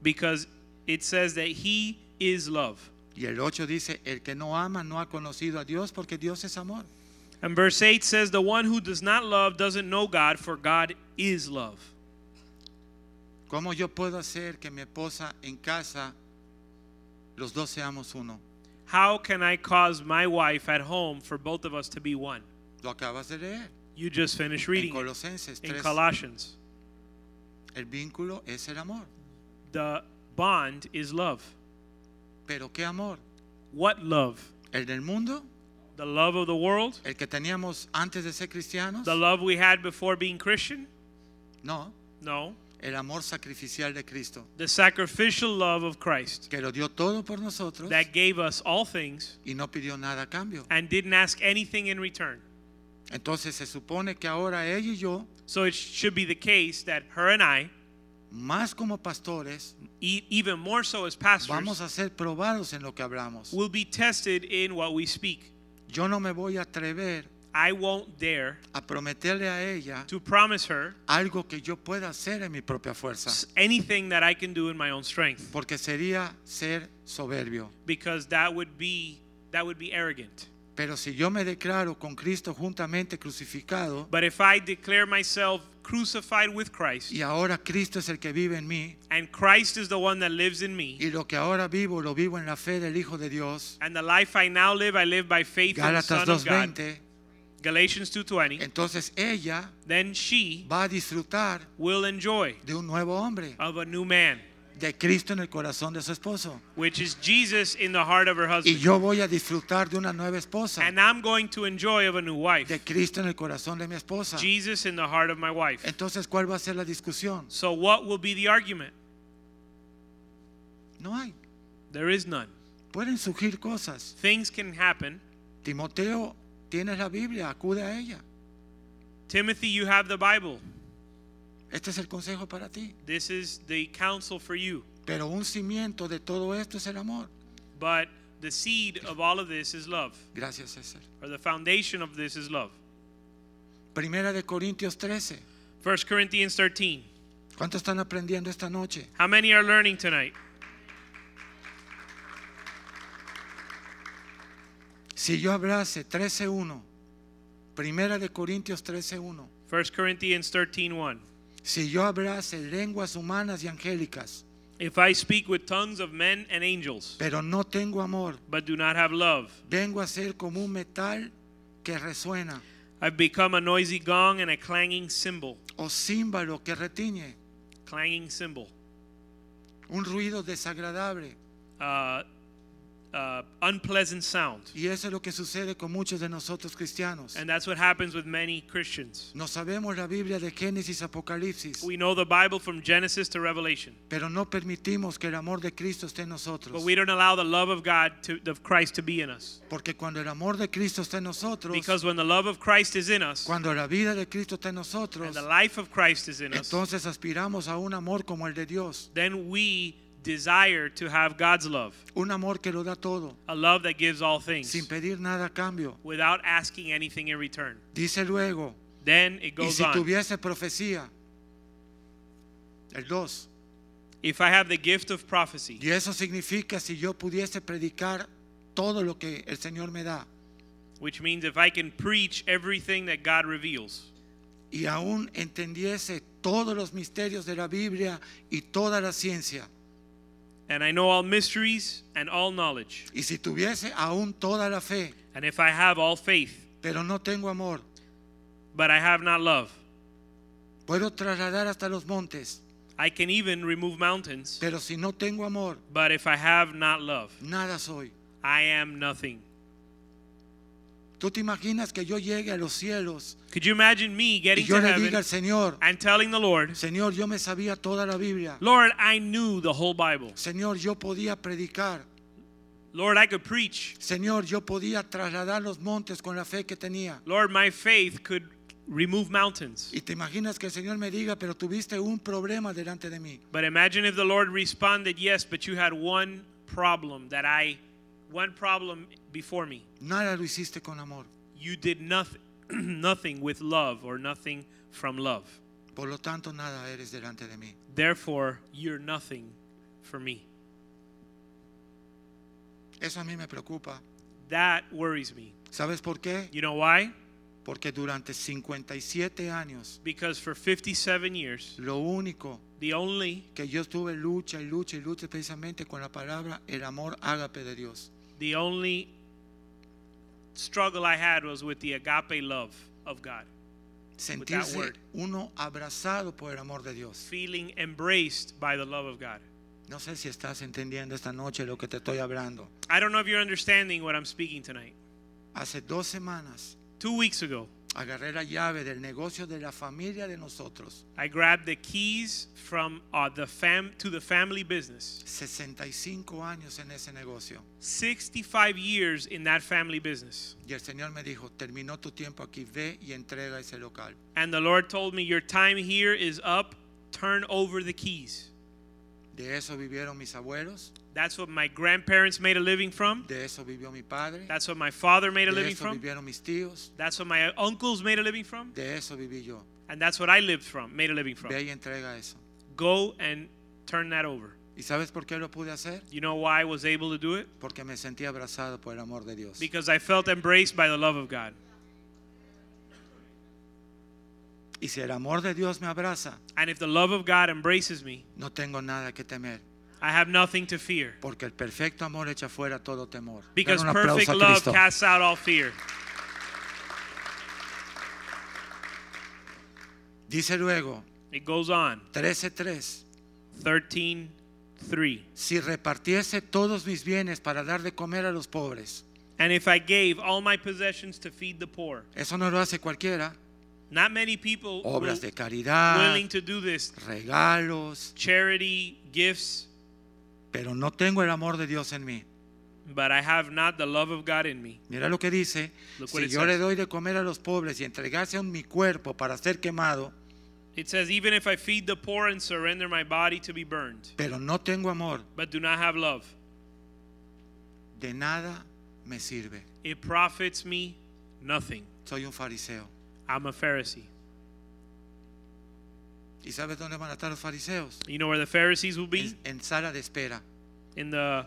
Speaker 4: because it says that he is love.
Speaker 3: Y el 8 dice, el que no ama no ha conocido a Dios porque Dios es amor.
Speaker 4: And verse 8 says, The one who does not love doesn't know God, for God is love.
Speaker 3: ¿Cómo yo puedo hacer que mi esposa en casa, los dos seamos uno?
Speaker 4: How can I cause my wife at home for both of us to be one?
Speaker 3: Lo acabas de leer
Speaker 4: You just finished
Speaker 3: en
Speaker 4: reading it
Speaker 3: Colosenses
Speaker 4: in
Speaker 3: 3.
Speaker 4: Colossians.
Speaker 3: El vínculo es el amor.
Speaker 4: The bond is love.
Speaker 3: ¿Pero qué amor?
Speaker 4: What love?
Speaker 3: ¿El del mundo?
Speaker 4: The love of the world?
Speaker 3: ¿El que teníamos antes de ser cristianos?
Speaker 4: The love we had before being Christian?
Speaker 3: No,
Speaker 4: No.
Speaker 3: el amor sacrificial de Cristo,
Speaker 4: The sacrificial love of Christ
Speaker 3: que lo dio todo por nosotros
Speaker 4: that gave us all things
Speaker 3: y no pidió nada a cambio.
Speaker 4: and didn't ask anything in return.
Speaker 3: Entonces se supone que ahora ella y yo,
Speaker 4: So it should be the case that her and I,
Speaker 3: más como pastores,
Speaker 4: e- even more so as pastors,
Speaker 3: vamos a ser probados en lo que hablamos.
Speaker 4: will be tested in what we speak.
Speaker 3: Yo no me voy a atrever
Speaker 4: I won't dare
Speaker 3: a prometerle a ella
Speaker 4: to promise her
Speaker 3: algo que yo pueda hacer en mi propia fuerza,
Speaker 4: s- anything that I can do in my own strength
Speaker 3: porque sería ser soberbio.
Speaker 4: because that would be that would be arrogant.
Speaker 3: Pero si yo me declaro con Cristo juntamente crucificado
Speaker 4: But if I declare myself crucified with Christ
Speaker 3: y ahora Cristo es el que vive en mí
Speaker 4: and Christ is the one that lives in me
Speaker 3: y lo que ahora vivo lo vivo en la fe del Hijo de Dios,
Speaker 4: and the life I now live I live by faith in the
Speaker 3: Gálatas
Speaker 4: Son of God.
Speaker 3: 2.20,
Speaker 4: Galatians 2:20.
Speaker 3: entonces ella
Speaker 4: Then she
Speaker 3: va a disfrutar
Speaker 4: will enjoy
Speaker 3: de un nuevo hombre,
Speaker 4: of a new man,
Speaker 3: de Cristo en el corazón de su esposo.
Speaker 4: which is Jesus in the heart of her
Speaker 3: Y
Speaker 4: husband.
Speaker 3: yo voy a disfrutar de una nueva esposa,
Speaker 4: And I'm going to enjoy of a new wife.
Speaker 3: de Cristo en el corazón de mi esposa.
Speaker 4: Jesus in the heart of my wife.
Speaker 3: Entonces, ¿cuál va a ser la discusión?
Speaker 4: So what will be the argument?
Speaker 3: No hay.
Speaker 4: There is none.
Speaker 3: Pueden surgir cosas.
Speaker 4: Things can happen.
Speaker 3: Timoteo, tienes la Biblia, acude a ella.
Speaker 4: Timothy, you have the Bible.
Speaker 3: Este es el consejo para ti.
Speaker 4: This is the counsel for you.
Speaker 3: Pero un cimiento de todo esto es el amor.
Speaker 4: But the seed of all of this is love,
Speaker 3: Gracias, César.
Speaker 4: or the foundation of this is love.
Speaker 3: Primera de Corintios 13.
Speaker 4: 1 Corinthians 13.
Speaker 3: ¿Cuánto están aprendiendo esta noche?
Speaker 4: How many are learning tonight?
Speaker 3: Si yo hablase 13.1, Primera de Corintios 13.1,
Speaker 4: 1 Corinthians 13:1.
Speaker 3: si yo hablase lenguas humanas y angélicas,
Speaker 4: If I speak with tongues of men and angels,
Speaker 3: pero no tengo amor,
Speaker 4: but do not have love,
Speaker 3: vengo a ser como un metal que resuena
Speaker 4: I've become a noisy gong and a clanging cymbal.
Speaker 3: o címbalo que retiñe,
Speaker 4: Clanging cymbal.
Speaker 3: un ruido desagradable.
Speaker 4: Uh, uh, unpleasant sound.
Speaker 3: Y eso es lo que sucede con muchos de nosotros cristianos.
Speaker 4: And that's what happens with many Christians.
Speaker 3: No sabemos la Biblia de Génesis, Apocalipsis,
Speaker 4: We know the Bible from Genesis to Revelation,
Speaker 3: pero no permitimos que el amor de Cristo esté en nosotros.
Speaker 4: but we don't allow the love of God to, of Christ to be in us.
Speaker 3: Porque cuando el amor de Cristo está en nosotros,
Speaker 4: Because when the love of Christ is in us,
Speaker 3: cuando la vida de Cristo está en nosotros,
Speaker 4: and the life of Christ is in us,
Speaker 3: entonces aspiramos a un amor como el de Dios,
Speaker 4: then we desire to have God's love,
Speaker 3: un amor que lo da todo,
Speaker 4: a love that gives all things
Speaker 3: sin pedir nada a cambio.
Speaker 4: without asking anything in return.
Speaker 3: Dice luego,
Speaker 4: Then it
Speaker 3: y
Speaker 4: goes
Speaker 3: si
Speaker 4: on.
Speaker 3: tuviese profecía, el 2,
Speaker 4: If I have the gift of prophecy,
Speaker 3: y eso significa si yo pudiese predicar todo lo que el Señor me da,
Speaker 4: which means if I can preach everything that God reveals,
Speaker 3: y aún entendiese todos los misterios de la Biblia y toda la ciencia,
Speaker 4: and I know all mysteries and all knowledge,
Speaker 3: y si tuviese aún toda la fe,
Speaker 4: and if I have all faith,
Speaker 3: pero no tengo amor,
Speaker 4: but I have not love,
Speaker 3: puedo trasladar hasta los montes,
Speaker 4: I can even remove mountains,
Speaker 3: pero si no tengo amor,
Speaker 4: but if I have not love,
Speaker 3: nada soy.
Speaker 4: I am nothing.
Speaker 3: ¿Tú te imaginas que yo llegue a los cielos
Speaker 4: Could you imagine me
Speaker 3: y
Speaker 4: getting
Speaker 3: yo
Speaker 4: to
Speaker 3: le diga
Speaker 4: heaven
Speaker 3: al Señor,
Speaker 4: and telling the Lord,
Speaker 3: Señor, yo me sabía toda la Biblia,
Speaker 4: Lord, I knew the whole Bible.
Speaker 3: Señor, yo podía predicar,
Speaker 4: Lord, I could preach.
Speaker 3: Señor, yo podía trasladar los montes con la fe que tenía?
Speaker 4: Lord, my faith could remove mountains.
Speaker 3: Y te imaginas que el Señor me diga, pero tuviste un problema delante de mí.
Speaker 4: But imagine if the Lord responded, Yes, but you had one problem that I, one problem before me.
Speaker 3: Nada lo hiciste con amor.
Speaker 4: You did nothing, nothing with love or nothing from love.
Speaker 3: Por lo tanto, nada eres delante de mí.
Speaker 4: Therefore, you're nothing for me.
Speaker 3: Eso a mí me preocupa.
Speaker 4: That worries me.
Speaker 3: ¿Sabes por qué?
Speaker 4: You know why?
Speaker 3: Porque durante 57 años,
Speaker 4: Because for 57 years,
Speaker 3: lo único
Speaker 4: the only,
Speaker 3: que yo estuve lucha y lucha y lucha precisamente con la palabra el amor ágape de Dios.
Speaker 4: the only struggle I had was with the agape love of God.
Speaker 3: Sentirse
Speaker 4: word.
Speaker 3: uno abrazado por el amor de Dios.
Speaker 4: feeling embraced by the love of God.
Speaker 3: No sé si estás entendiendo esta noche lo que te estoy hablando.
Speaker 4: I don't know if you're understanding what I'm speaking tonight.
Speaker 3: Hace dos semanas
Speaker 4: Two weeks ago,
Speaker 3: agarré la llave del negocio de la familia de nosotros.
Speaker 4: I grabbed the keys from uh, the fam to the family business.
Speaker 3: 65 años en ese negocio.
Speaker 4: 65 years in that family business.
Speaker 3: Y el Señor me dijo, terminó tu tiempo aquí, ve y entrega ese local.
Speaker 4: And the Lord told me, Your time here is up. Turn over the keys.
Speaker 3: De eso vivieron mis abuelos,
Speaker 4: That's what my grandparents made a living from.
Speaker 3: de eso vivió mi padre,
Speaker 4: That's what my father made a
Speaker 3: de
Speaker 4: living
Speaker 3: eso
Speaker 4: from.
Speaker 3: vivieron mis tíos,
Speaker 4: That's what my uncles made a living from.
Speaker 3: de eso viví yo.
Speaker 4: And that's what I lived from, made a living from.
Speaker 3: Ve y entrega eso.
Speaker 4: Go and turn that over.
Speaker 3: ¿Y sabes por qué lo pude hacer?
Speaker 4: You know why I was able to do it?
Speaker 3: Porque me sentí abrazado por el amor de Dios.
Speaker 4: because I felt embraced by the love of God.
Speaker 3: Y si el amor de Dios me abraza,
Speaker 4: And if the love of God embraces me,
Speaker 3: no tengo nada que temer,
Speaker 4: I have nothing to fear.
Speaker 3: porque el perfecto amor echa fuera todo temor. Dale
Speaker 4: Because
Speaker 3: un aplauso
Speaker 4: perfect
Speaker 3: a
Speaker 4: love
Speaker 3: Cristo.
Speaker 4: casts out all fear.
Speaker 3: Dice luego,
Speaker 4: It goes on.
Speaker 3: 13.3,
Speaker 4: 13 3.
Speaker 3: si repartiese todos mis bienes para dar de comer a los pobres,
Speaker 4: And if I gave all my possessions to feed the poor,
Speaker 3: eso no lo hace cualquiera.
Speaker 4: not many people
Speaker 3: Obras
Speaker 4: will-
Speaker 3: de caridad,
Speaker 4: willing to do this.
Speaker 3: regalos,
Speaker 4: Charity, gifts,
Speaker 3: pero no tengo el amor de Dios en mí.
Speaker 4: but I have not the love of God in me.
Speaker 3: Mira lo que dice,
Speaker 4: Look what
Speaker 3: si
Speaker 4: it
Speaker 3: yo
Speaker 4: says.
Speaker 3: le doy de comer a los pobres y entregase aún mi cuerpo para ser quemado,
Speaker 4: It says, even if I feed the poor and surrender my body to be burned,
Speaker 3: pero no tengo amor,
Speaker 4: but do not have love,
Speaker 3: de nada me sirve.
Speaker 4: it profits me nothing.
Speaker 3: Soy un fariseo.
Speaker 4: I'm a Pharisee.
Speaker 3: ¿Y sabes dónde van a estar los fariseos?
Speaker 4: You know where the Pharisees will be?
Speaker 3: En, en sala de espera,
Speaker 4: In the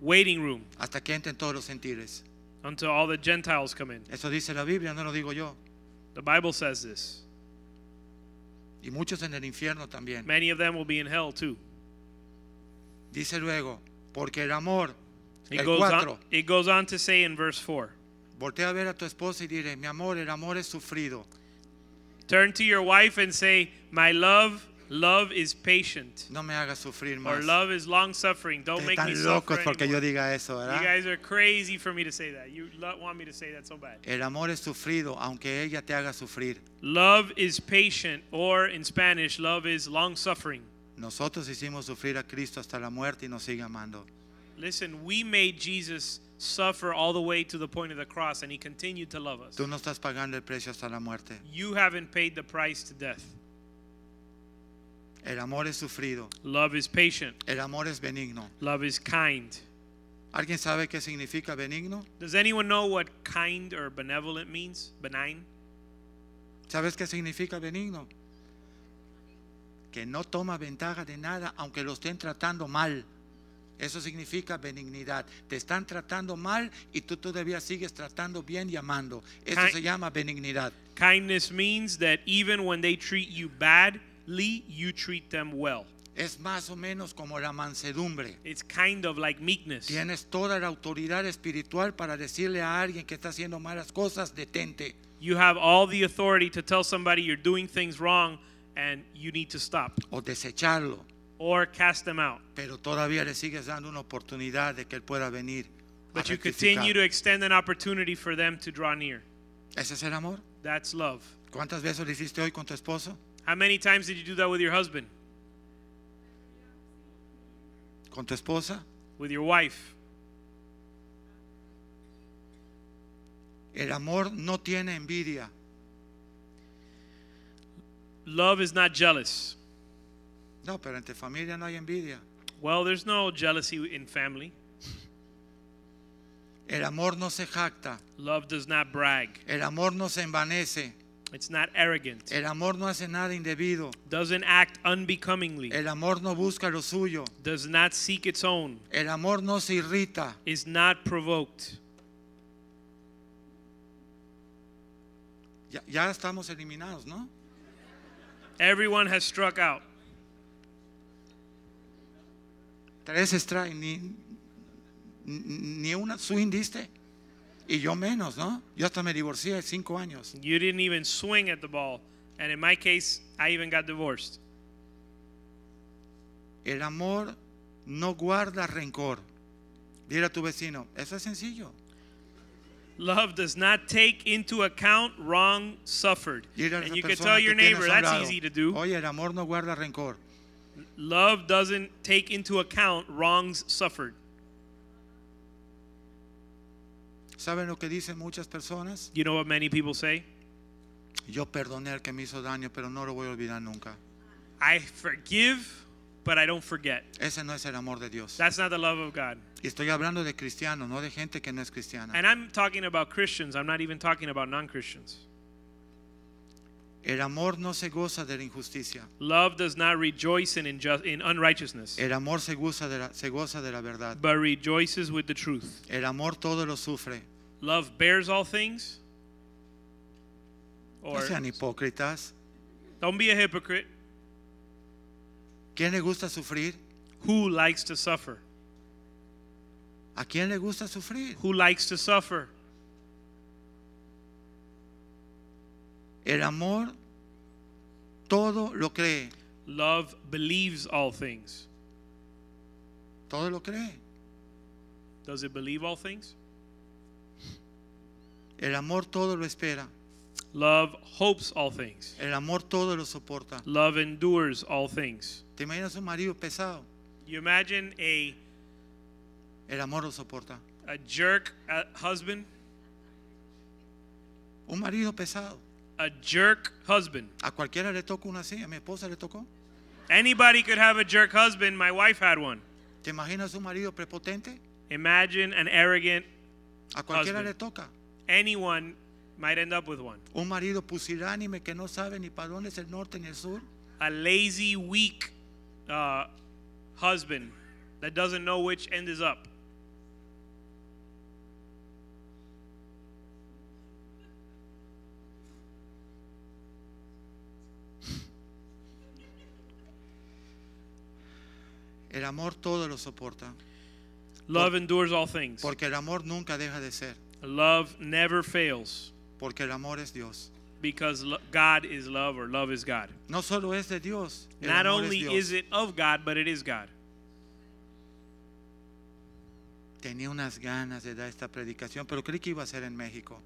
Speaker 4: waiting room
Speaker 3: hasta que entren todos los sentires.
Speaker 4: until all the Gentiles come in.
Speaker 3: Eso dice la Biblia, no lo digo yo.
Speaker 4: The Bible says this.
Speaker 3: Y muchos en el infierno también.
Speaker 4: Many of them will be in hell too.
Speaker 3: Dice luego, porque el amor,
Speaker 4: It
Speaker 3: el
Speaker 4: goes, on,
Speaker 3: 4,
Speaker 4: it goes on to say in verse 4
Speaker 3: voltea a ver a tu esposa y dile, mi amor, el amor es sufrido.
Speaker 4: Turn to your wife and say, My love, love is patient.
Speaker 3: No me hagas sufrir
Speaker 4: Or
Speaker 3: más.
Speaker 4: love is long suffering. Don't
Speaker 3: Ustedes
Speaker 4: make me
Speaker 3: Están locos
Speaker 4: suffer
Speaker 3: porque yo
Speaker 4: anymore.
Speaker 3: diga eso,
Speaker 4: You
Speaker 3: ¿verdad?
Speaker 4: guys are crazy for me to say that. You lo- want me to say that so bad.
Speaker 3: El amor es sufrido, aunque ella te haga sufrir.
Speaker 4: Love is patient, or in Spanish, love is long suffering.
Speaker 3: Nosotros hicimos sufrir a Cristo hasta la muerte y nos sigue amando.
Speaker 4: Listen, we made Jesus suffer all the way to the point of the cross, and he continued to love us.
Speaker 3: Tú no estás pagando el precio hasta la muerte.
Speaker 4: You haven't paid the price to death.
Speaker 3: El amor es sufrido.
Speaker 4: Love is patient,
Speaker 3: El amor es benigno.
Speaker 4: love is kind.
Speaker 3: ¿Alguien sabe qué significa benigno?
Speaker 4: Does anyone know what kind or benevolent means? Benign?
Speaker 3: ¿Sabes qué significa benigno? Que no toma ventaja de nada aunque lo estén tratando mal. Eso significa benignidad. Te están tratando mal y tú todavía sigues tratando bien y amando. Eso
Speaker 4: Ki-
Speaker 3: se llama benignidad.
Speaker 4: Kindness means that even when they treat you badly, you treat them well.
Speaker 3: Es más o menos como la mansedumbre.
Speaker 4: It's kind of like meekness.
Speaker 3: Tienes toda la autoridad espiritual para decirle a alguien que está haciendo malas cosas, detente.
Speaker 4: You have all the authority to tell somebody you're doing things wrong and you need to stop
Speaker 3: o desecharlo,
Speaker 4: or cast them out.
Speaker 3: pero todavía le sigues dando una oportunidad de que él pueda venir. a
Speaker 4: But you
Speaker 3: rectificar.
Speaker 4: continue to extend an opportunity for them to draw near.
Speaker 3: ¿Ese es el amor?
Speaker 4: That's love.
Speaker 3: ¿Cuántas veces lo hiciste hoy con tu esposo?
Speaker 4: How many times did you do that with your husband,
Speaker 3: ¿Con tu esposa?
Speaker 4: with your wife?
Speaker 3: El amor no tiene envidia.
Speaker 4: Love is not jealous.
Speaker 3: No, pero entre familia no hay envidia.
Speaker 4: Well, there's no jealousy in family.
Speaker 3: El amor no se jacta.
Speaker 4: Love does not brag.
Speaker 3: El amor no se envanece.
Speaker 4: It's not arrogant.
Speaker 3: El amor no hace nada indebido.
Speaker 4: Doesn't act unbecomingly.
Speaker 3: El amor no busca lo suyo.
Speaker 4: Does not seek its own.
Speaker 3: El amor no se irrita.
Speaker 4: Is not provoked.
Speaker 3: Ya, ya estamos eliminados, ¿no?
Speaker 4: Everyone has struck out.
Speaker 3: Tres strikes, ni, ni una swing diste. Y yo menos, ¿no? Yo hasta me divorcié de cinco años.
Speaker 4: You didn't even swing at the ball. And in my case, I even got divorced.
Speaker 3: El amor no guarda rencor. Dile a tu vecino, eso es sencillo.
Speaker 4: Love does not take into account wrong suffered.
Speaker 3: Dile a esa
Speaker 4: and you can
Speaker 3: persona
Speaker 4: tell
Speaker 3: que
Speaker 4: your
Speaker 3: tienes
Speaker 4: neighbor
Speaker 3: a un
Speaker 4: that's
Speaker 3: lado,
Speaker 4: easy to do.
Speaker 3: Oye, el amor no guarda rencor.
Speaker 4: Love doesn't take into account wrongs suffered.
Speaker 3: ¿Saben lo que dicen muchas personas?
Speaker 4: You know what many people say?
Speaker 3: Yo perdoné al que me hizo daño, pero no lo voy a olvidar nunca.
Speaker 4: I forgive, but I don't forget.
Speaker 3: Ese no es el amor de Dios.
Speaker 4: That's not the love of God.
Speaker 3: Y estoy hablando de cristianos, no de gente que no es cristiana.
Speaker 4: And I'm talking about Christians. I'm not even talking about non-Christians.
Speaker 3: El amor no se goza de la injusticia.
Speaker 4: Love does not rejoice in, injust, in unrighteousness,
Speaker 3: El amor se goza de la, se goza de la verdad.
Speaker 4: but rejoices with the truth.
Speaker 3: El amor todo lo sufre.
Speaker 4: Love bears all things.
Speaker 3: No
Speaker 4: Or
Speaker 3: sean hipócritas.
Speaker 4: don't be a hypocrite.
Speaker 3: ¿Quién le gusta sufrir?
Speaker 4: Who likes to suffer?
Speaker 3: ¿A quién le gusta sufrir?
Speaker 4: Who likes to suffer?
Speaker 3: El amor todo lo cree.
Speaker 4: Love believes all things.
Speaker 3: Todo lo cree.
Speaker 4: Does it believe all things?
Speaker 3: El amor todo lo espera.
Speaker 4: Love hopes all things.
Speaker 3: El amor todo lo soporta.
Speaker 4: Love endures all things.
Speaker 3: ¿Te imaginas un marido pesado?
Speaker 4: You imagine a
Speaker 3: El amor lo soporta.
Speaker 4: a jerk uh, husband,
Speaker 3: Un marido pesado.
Speaker 4: a jerk husband.
Speaker 3: A cualquiera le toca una así. A mi esposa le tocó.
Speaker 4: Anybody could have a jerk husband. My wife had one.
Speaker 3: ¿Te imaginas un marido prepotente?
Speaker 4: Imagine an arrogant
Speaker 3: A cualquiera
Speaker 4: Husband.
Speaker 3: le toca.
Speaker 4: anyone Might end up with one.
Speaker 3: Un marido pusilánime que no sabe ni para dónde es el norte ni el sur.
Speaker 4: A lazy, weak uh, husband that doesn't know which end is up.
Speaker 3: El amor todo lo soporta.
Speaker 4: Love endures all things.
Speaker 3: Porque el amor nunca deja de ser.
Speaker 4: Love never fails
Speaker 3: Porque el amor es Dios.
Speaker 4: because lo- God is love or love is God.
Speaker 3: No solo es de Dios. el
Speaker 4: Not
Speaker 3: amor
Speaker 4: only
Speaker 3: es
Speaker 4: is
Speaker 3: Dios.
Speaker 4: it of God, but it is God.
Speaker 3: Tenía unas ganas de dar esta predicación, pero creí que iba a ser en México.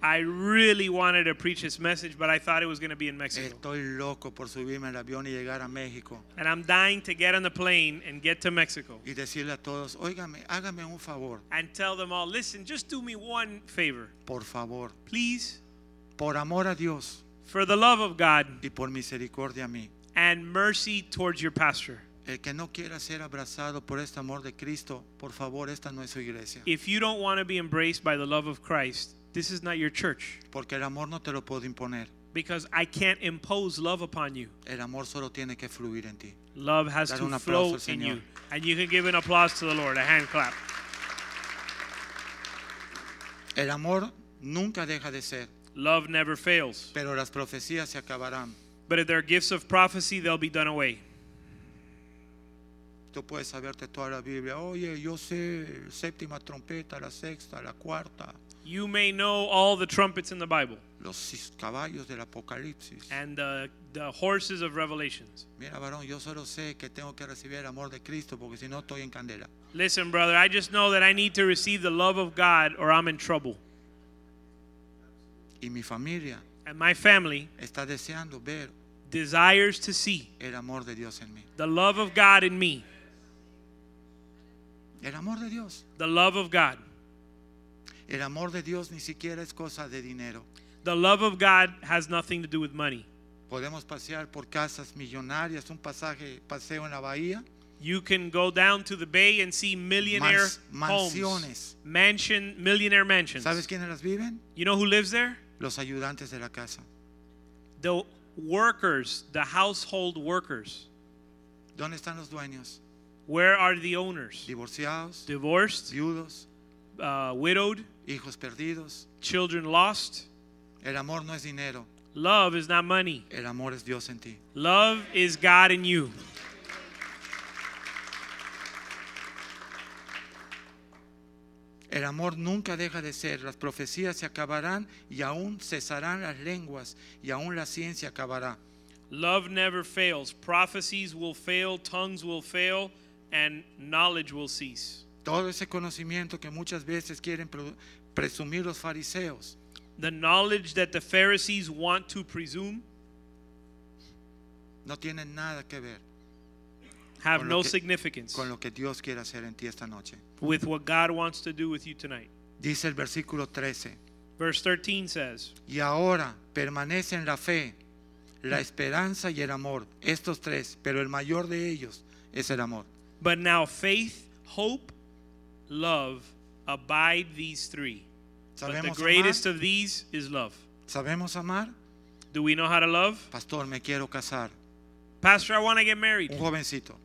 Speaker 4: I really wanted to preach this message, but I thought it was going to be in Mexico.
Speaker 3: Estoy loco por subirme al avión y llegar a México
Speaker 4: And I'm dying to get on the plane and get to Mexico
Speaker 3: y decirle a todos, óigame, hágame un favor,
Speaker 4: and tell them all, listen, just do me one favor,
Speaker 3: por favor,
Speaker 4: please.
Speaker 3: por amor a Dios
Speaker 4: For the love of God
Speaker 3: y por misericordia a mí.
Speaker 4: and mercy towards your pastor.
Speaker 3: El que no quiera ser abrazado por este amor de Cristo, por favor, esta no es su iglesia.
Speaker 4: If you don't want to be embraced by the love of Christ, this is not your church
Speaker 3: Porque el amor no te lo puedo imponer.
Speaker 4: because I can't impose love upon you.
Speaker 3: El amor solo tiene que fluir en ti.
Speaker 4: Love has
Speaker 3: Dar
Speaker 4: to
Speaker 3: un aplauso
Speaker 4: flow
Speaker 3: al
Speaker 4: in
Speaker 3: Señor.
Speaker 4: you. And you can give an applause to the Lord, a hand clap.
Speaker 3: El amor nunca deja de ser,
Speaker 4: Love never fails.
Speaker 3: pero las profecías se acabarán.
Speaker 4: But if there are gifts of prophecy, they'll be done away.
Speaker 3: Tú puedes saberte toda la Biblia. Oye, yo sé séptima trompeta, la sexta, la cuarta,
Speaker 4: You may know all the trumpets in the Bible
Speaker 3: los cis- caballos del Apocalipsis.
Speaker 4: and the, the horses of Revelations.
Speaker 3: Mira, varón, yo solo sé que tengo que recibir el amor de Cristo porque si no estoy en candela.
Speaker 4: Listen, brother, I just know that I need to receive the love of God or I'm in trouble.
Speaker 3: Y mi familia
Speaker 4: And my family
Speaker 3: está deseando ver
Speaker 4: desires to see
Speaker 3: el amor de Dios en mí.
Speaker 4: the love of God in me,
Speaker 3: El amor de Dios.
Speaker 4: the love of God.
Speaker 3: El amor de Dios ni siquiera es cosa de dinero.
Speaker 4: The love of God has nothing to do with money.
Speaker 3: Podemos pasear por casas millonarias, un pasaje, paseo en la bahía,
Speaker 4: You can go down to the bay and see millionaire
Speaker 3: Mans-
Speaker 4: homes,
Speaker 3: mansiones.
Speaker 4: mansion, millionaire mansions.
Speaker 3: ¿Sabes quiénes las viven?
Speaker 4: You know who lives there?
Speaker 3: Los ayudantes de la casa.
Speaker 4: The workers, the household workers.
Speaker 3: ¿Dónde están los dueños?
Speaker 4: Where are the owners?
Speaker 3: Divorciados,
Speaker 4: Divorced,
Speaker 3: viudos,
Speaker 4: uh, widowed,
Speaker 3: hijos perdidos.
Speaker 4: children lost.
Speaker 3: El amor no es dinero,
Speaker 4: Love is not money.
Speaker 3: el amor es Dios en ti.
Speaker 4: Love is God in you.
Speaker 3: El amor nunca deja de ser, las profecías se acabarán y aún cesarán las lenguas y aún la ciencia acabará.
Speaker 4: Love never fails. Prophecies will fail, tongues will fail, and knowledge will cease.
Speaker 3: Todo ese conocimiento que muchas veces quieren pro- presumir los fariseos,
Speaker 4: The knowledge that the Pharisees want to presume
Speaker 3: no tienen nada que ver
Speaker 4: have
Speaker 3: Con lo
Speaker 4: no
Speaker 3: que-
Speaker 4: significance
Speaker 3: con lo que Dios quiere hacer en ti esta noche.
Speaker 4: with what God wants to do with you tonight.
Speaker 3: Dice el versículo 13,
Speaker 4: Verse 13 says,
Speaker 3: y ahora permanecen la fe, la esperanza y el amor, estos tres, pero el mayor de ellos es el amor.
Speaker 4: But now faith, hope, love abide these three. But the
Speaker 3: ¿Sabemos
Speaker 4: greatest
Speaker 3: amar?
Speaker 4: of these is love.
Speaker 3: ¿Sabemos amar?
Speaker 4: Do we know how to love?
Speaker 3: Pastor, me quiero casar.
Speaker 4: Mm. Pastor, I want to get
Speaker 3: Un
Speaker 4: married.
Speaker 3: jovencito,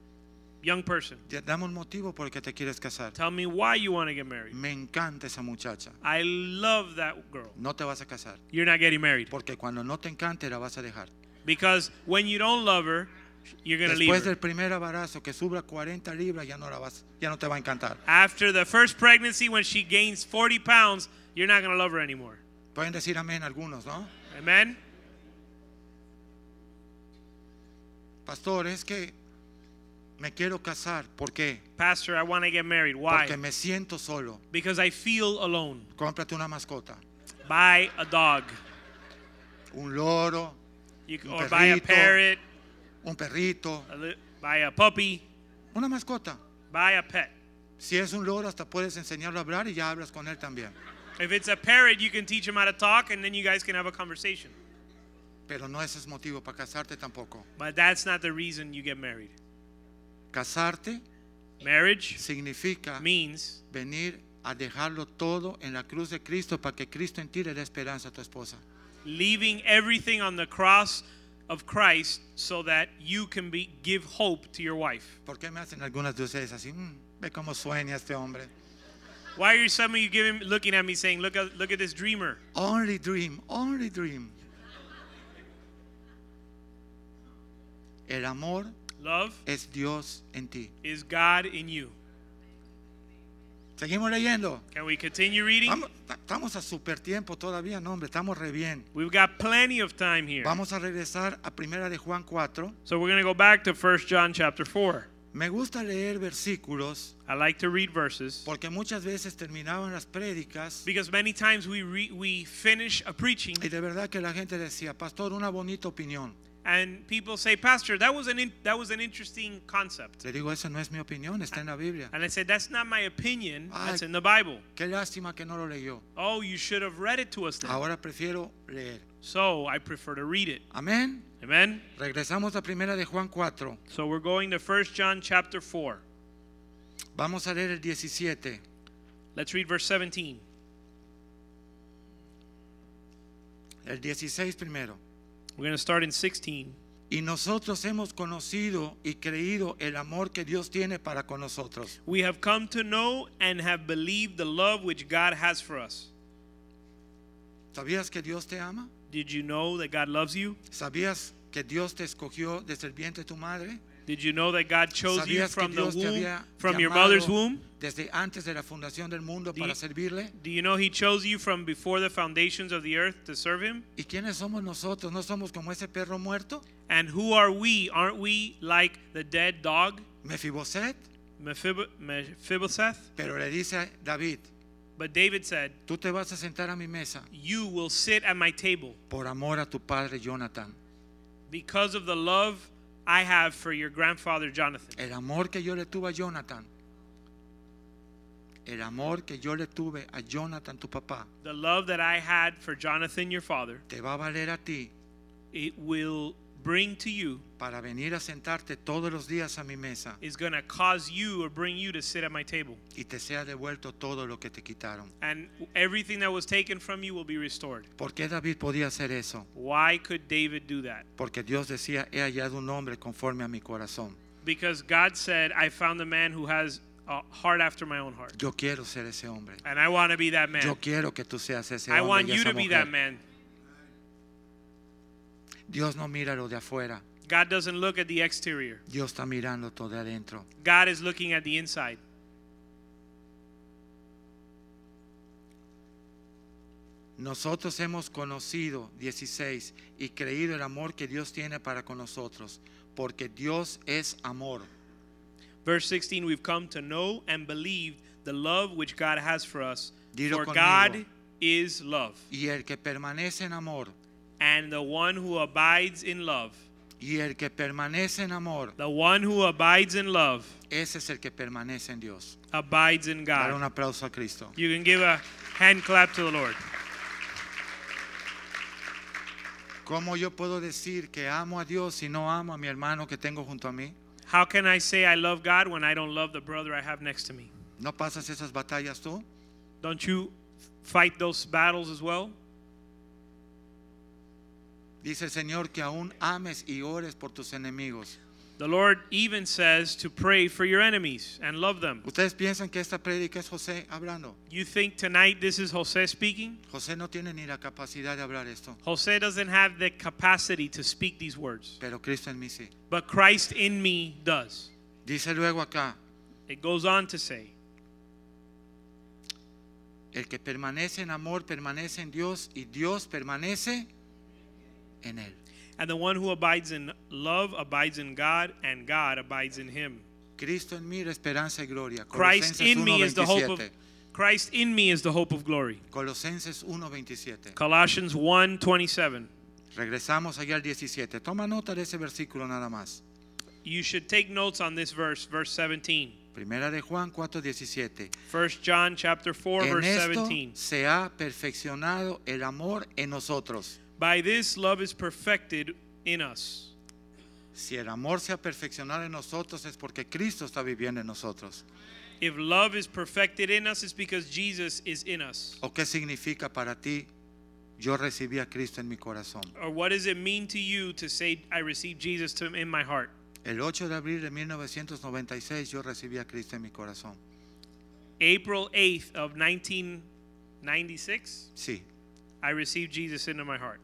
Speaker 4: Young person,
Speaker 3: ya- dame un motivo por el que te quieres casar.
Speaker 4: tell me why you want to get married.
Speaker 3: Me encanta esa muchacha.
Speaker 4: I love that girl.
Speaker 3: No te vas a casar,
Speaker 4: You're not getting married.
Speaker 3: porque cuando no te encante la vas a dejar.
Speaker 4: Because when you don't love her, you're going to leave
Speaker 3: Después
Speaker 4: her.
Speaker 3: del primer embarazo que subra 40 libras ya no la vas, ya no te va a encantar.
Speaker 4: After the first pregnancy, when she gains 40 pounds, you're not going to love her anymore.
Speaker 3: Pueden decir amén algunos, ¿no?
Speaker 4: Amen?
Speaker 3: Pastor, es que me quiero casar. ¿Por qué?
Speaker 4: Pastor, I want to get married.
Speaker 3: Porque
Speaker 4: Why?
Speaker 3: me siento solo.
Speaker 4: Because I feel alone.
Speaker 3: Cómprate una mascota,
Speaker 4: Buy a dog.
Speaker 3: un loro,
Speaker 4: You, c-
Speaker 3: Un
Speaker 4: or buy a
Speaker 3: perrito.
Speaker 4: parrot.
Speaker 3: un perrito,
Speaker 4: a li- buy a puppy.
Speaker 3: una mascota.
Speaker 4: Buy a pet.
Speaker 3: Si es un loro, hasta puedes enseñarlo a hablar y ya hablas con él también.
Speaker 4: If it's a parrot, you can teach him how to talk, and then you guys can have a conversation.
Speaker 3: Pero no ese es motivo para casarte tampoco.
Speaker 4: But that's not the reason you get married.
Speaker 3: Casarte
Speaker 4: Marriage
Speaker 3: significa
Speaker 4: means
Speaker 3: venir a dejarlo todo en la cruz de Cristo para que Cristo en ti le dé esperanza a tu esposa.
Speaker 4: leaving everything on the cross of Christ so that you can be give hope to your wife.
Speaker 3: ¿Por qué me hacen algunas de ustedes así? "Mm, ve cómo sueña este hombre.
Speaker 4: Why are some of you giving, looking at me saying, "Look at look at this dreamer"?
Speaker 3: Only dream, only dream. El amor
Speaker 4: Love
Speaker 3: es Dios en ti.
Speaker 4: is God in you.
Speaker 3: Seguimos leyendo.
Speaker 4: Can we continue reading?
Speaker 3: Vamos- ta- estamos a super tiempo todavía, no hombre, estamos re bien.
Speaker 4: We've got plenty of time here.
Speaker 3: Vamos a regresar a primera de Juan 4.
Speaker 4: So we're going to go back to 1 John chapter 4.
Speaker 3: Me gusta leer versículos
Speaker 4: I like to read verses
Speaker 3: porque muchas veces terminaban las prédicas
Speaker 4: because many times we re- we finish a preaching
Speaker 3: y de verdad que la gente decía, pastor, una bonita opinión.
Speaker 4: and people say, "Pastor, that was an in- that was an interesting concept."
Speaker 3: Le digo, esa no es mi opinión, está en la Biblia.
Speaker 4: And I said, "That's not my opinion.
Speaker 3: Ay.
Speaker 4: That's in the Bible."
Speaker 3: Qué lástima que no lo leyó.
Speaker 4: Oh, you should have read it to us then.
Speaker 3: Ahora prefiero leer.
Speaker 4: So I prefer to read it.
Speaker 3: Amén.
Speaker 4: Amen.
Speaker 3: Regresamos a primera de Juan 4.
Speaker 4: So we're going to 1 John chapter 4.
Speaker 3: Vamos a leer el 17.
Speaker 4: Let's read verse 17.
Speaker 3: El 16 primero.
Speaker 4: We're going to start in 16.
Speaker 3: Y nosotros hemos conocido y creído el amor que Dios tiene para con nosotros.
Speaker 4: We have come to know and have believed the love which God has for us.
Speaker 3: ¿Sabías que Dios te ama?
Speaker 4: Did you know that God loves you?
Speaker 3: ¿Sabías que Dios te escogió desde el vientre de tu madre?
Speaker 4: Did you know that God chose you
Speaker 3: ¿Sabías que
Speaker 4: from the
Speaker 3: Dios te
Speaker 4: womb,
Speaker 3: había
Speaker 4: from your
Speaker 3: llamado
Speaker 4: mother's womb?
Speaker 3: desde antes de la fundación del mundo para
Speaker 4: Di-
Speaker 3: servirle?
Speaker 4: Do you know He chose you from before the foundations of the earth to serve Him?
Speaker 3: ¿Y quiénes somos nosotros? ¿No somos como ese perro muerto?
Speaker 4: And who are we? Aren't we like the dead dog,
Speaker 3: Mefiboset.
Speaker 4: Mephib- Mephibosheth?
Speaker 3: Pero le dice a David,
Speaker 4: But David said,
Speaker 3: tú te vas a sentar a mi mesa
Speaker 4: You will sit at my table
Speaker 3: por amor a tu padre Jonathan.
Speaker 4: because of the love I have for your grandfather Jonathan.
Speaker 3: El amor que yo le tuve a Jonathan. El amor que yo le tuve a Jonathan, tu papá,
Speaker 4: The love that I had for Jonathan, your father,
Speaker 3: te va a valer a ti
Speaker 4: it will bring to you,
Speaker 3: para venir a sentarte todos los días a mi mesa
Speaker 4: is going to cause you or bring you to sit at my table.
Speaker 3: y te sea devuelto todo lo que te quitaron.
Speaker 4: And everything that was taken from you will be restored.
Speaker 3: ¿Por qué David podía hacer eso?
Speaker 4: Why could David do that?
Speaker 3: Porque Dios decía, he hallado un hombre conforme a mi corazón.
Speaker 4: Because God said, I found a man who has a heart after my own heart.
Speaker 3: Yo quiero ser ese hombre.
Speaker 4: And I want to be that man.
Speaker 3: Yo quiero que tú seas ese
Speaker 4: I
Speaker 3: hombre.
Speaker 4: want
Speaker 3: y
Speaker 4: you
Speaker 3: esa
Speaker 4: to be
Speaker 3: mujer.
Speaker 4: that man.
Speaker 3: Dios no mira lo de afuera.
Speaker 4: God doesn't look at the exterior,
Speaker 3: Dios está mirando todo de adentro.
Speaker 4: God is looking at the inside.
Speaker 3: Nosotros hemos conocido, 16, y creído el amor que Dios tiene para con nosotros, porque Dios es amor.
Speaker 4: Verse 16, we've come to know and believe the love which God has for us.
Speaker 3: Dilo
Speaker 4: for
Speaker 3: conmigo.
Speaker 4: God is love.
Speaker 3: Y el que permanece en amor,
Speaker 4: And the one who abides in love,
Speaker 3: y el que permanece en amor,
Speaker 4: the one who abides in love,
Speaker 3: ese es el que permanece en Dios.
Speaker 4: abides in
Speaker 3: Dar
Speaker 4: God.
Speaker 3: un aplauso a Cristo.
Speaker 4: You can give a hand clap to the Lord.
Speaker 3: ¿Cómo yo puedo decir que amo a Dios si no amo a mi hermano que tengo junto a mí?
Speaker 4: How can I say I love God when I don't love the brother I have next to me?
Speaker 3: ¿No pasas esas batallas tú?
Speaker 4: Don't you fight those battles as well?
Speaker 3: Dice el Señor que aún ames y ores por tus enemigos.
Speaker 4: The Lord even says to pray for your enemies and love them.
Speaker 3: ¿Ustedes piensan que esta prédica es José hablando?
Speaker 4: You think tonight this is Jose speaking?
Speaker 3: José no tiene ni la capacidad de hablar esto.
Speaker 4: Jose doesn't have the capacity to speak these words,
Speaker 3: pero Cristo en mí sí.
Speaker 4: but Christ in me does.
Speaker 3: Dice luego acá,
Speaker 4: It goes on to say,
Speaker 3: el que permanece en amor permanece en Dios y Dios permanece en él.
Speaker 4: and the one who abides in love abides in God, and God abides in him.
Speaker 3: Cristo en mí, la esperanza y gloria.
Speaker 4: Christ
Speaker 3: Colosenses
Speaker 4: in me is the hope of
Speaker 3: 1:27.
Speaker 4: Christ in me is the hope of glory.
Speaker 3: Colosenses 1:27.
Speaker 4: Colossians 1:27.
Speaker 3: Regresamos allá al 17. Toma nota de ese versículo nada más.
Speaker 4: You should take notes on this verse, verse 17.
Speaker 3: Primera de Juan 4:17.
Speaker 4: 1 John chapter 4
Speaker 3: En
Speaker 4: verse
Speaker 3: esto
Speaker 4: 17.
Speaker 3: se ha perfeccionado el amor en nosotros.
Speaker 4: By this love is perfected in us.
Speaker 3: Si el amor se ha perfeccionado en nosotros es porque Cristo está viviendo en nosotros.
Speaker 4: If love is perfected in us, it's because Jesus is in us.
Speaker 3: ¿O qué significa para ti? Yo recibí a Cristo en mi corazón.
Speaker 4: Or what does it mean to you to say, I received Jesus to, in my heart?
Speaker 3: El 8 de abril de 1996 yo recibí a Cristo en mi corazón.
Speaker 4: April 8th of 1996,
Speaker 3: Sí.
Speaker 4: I received Jesus into my heart.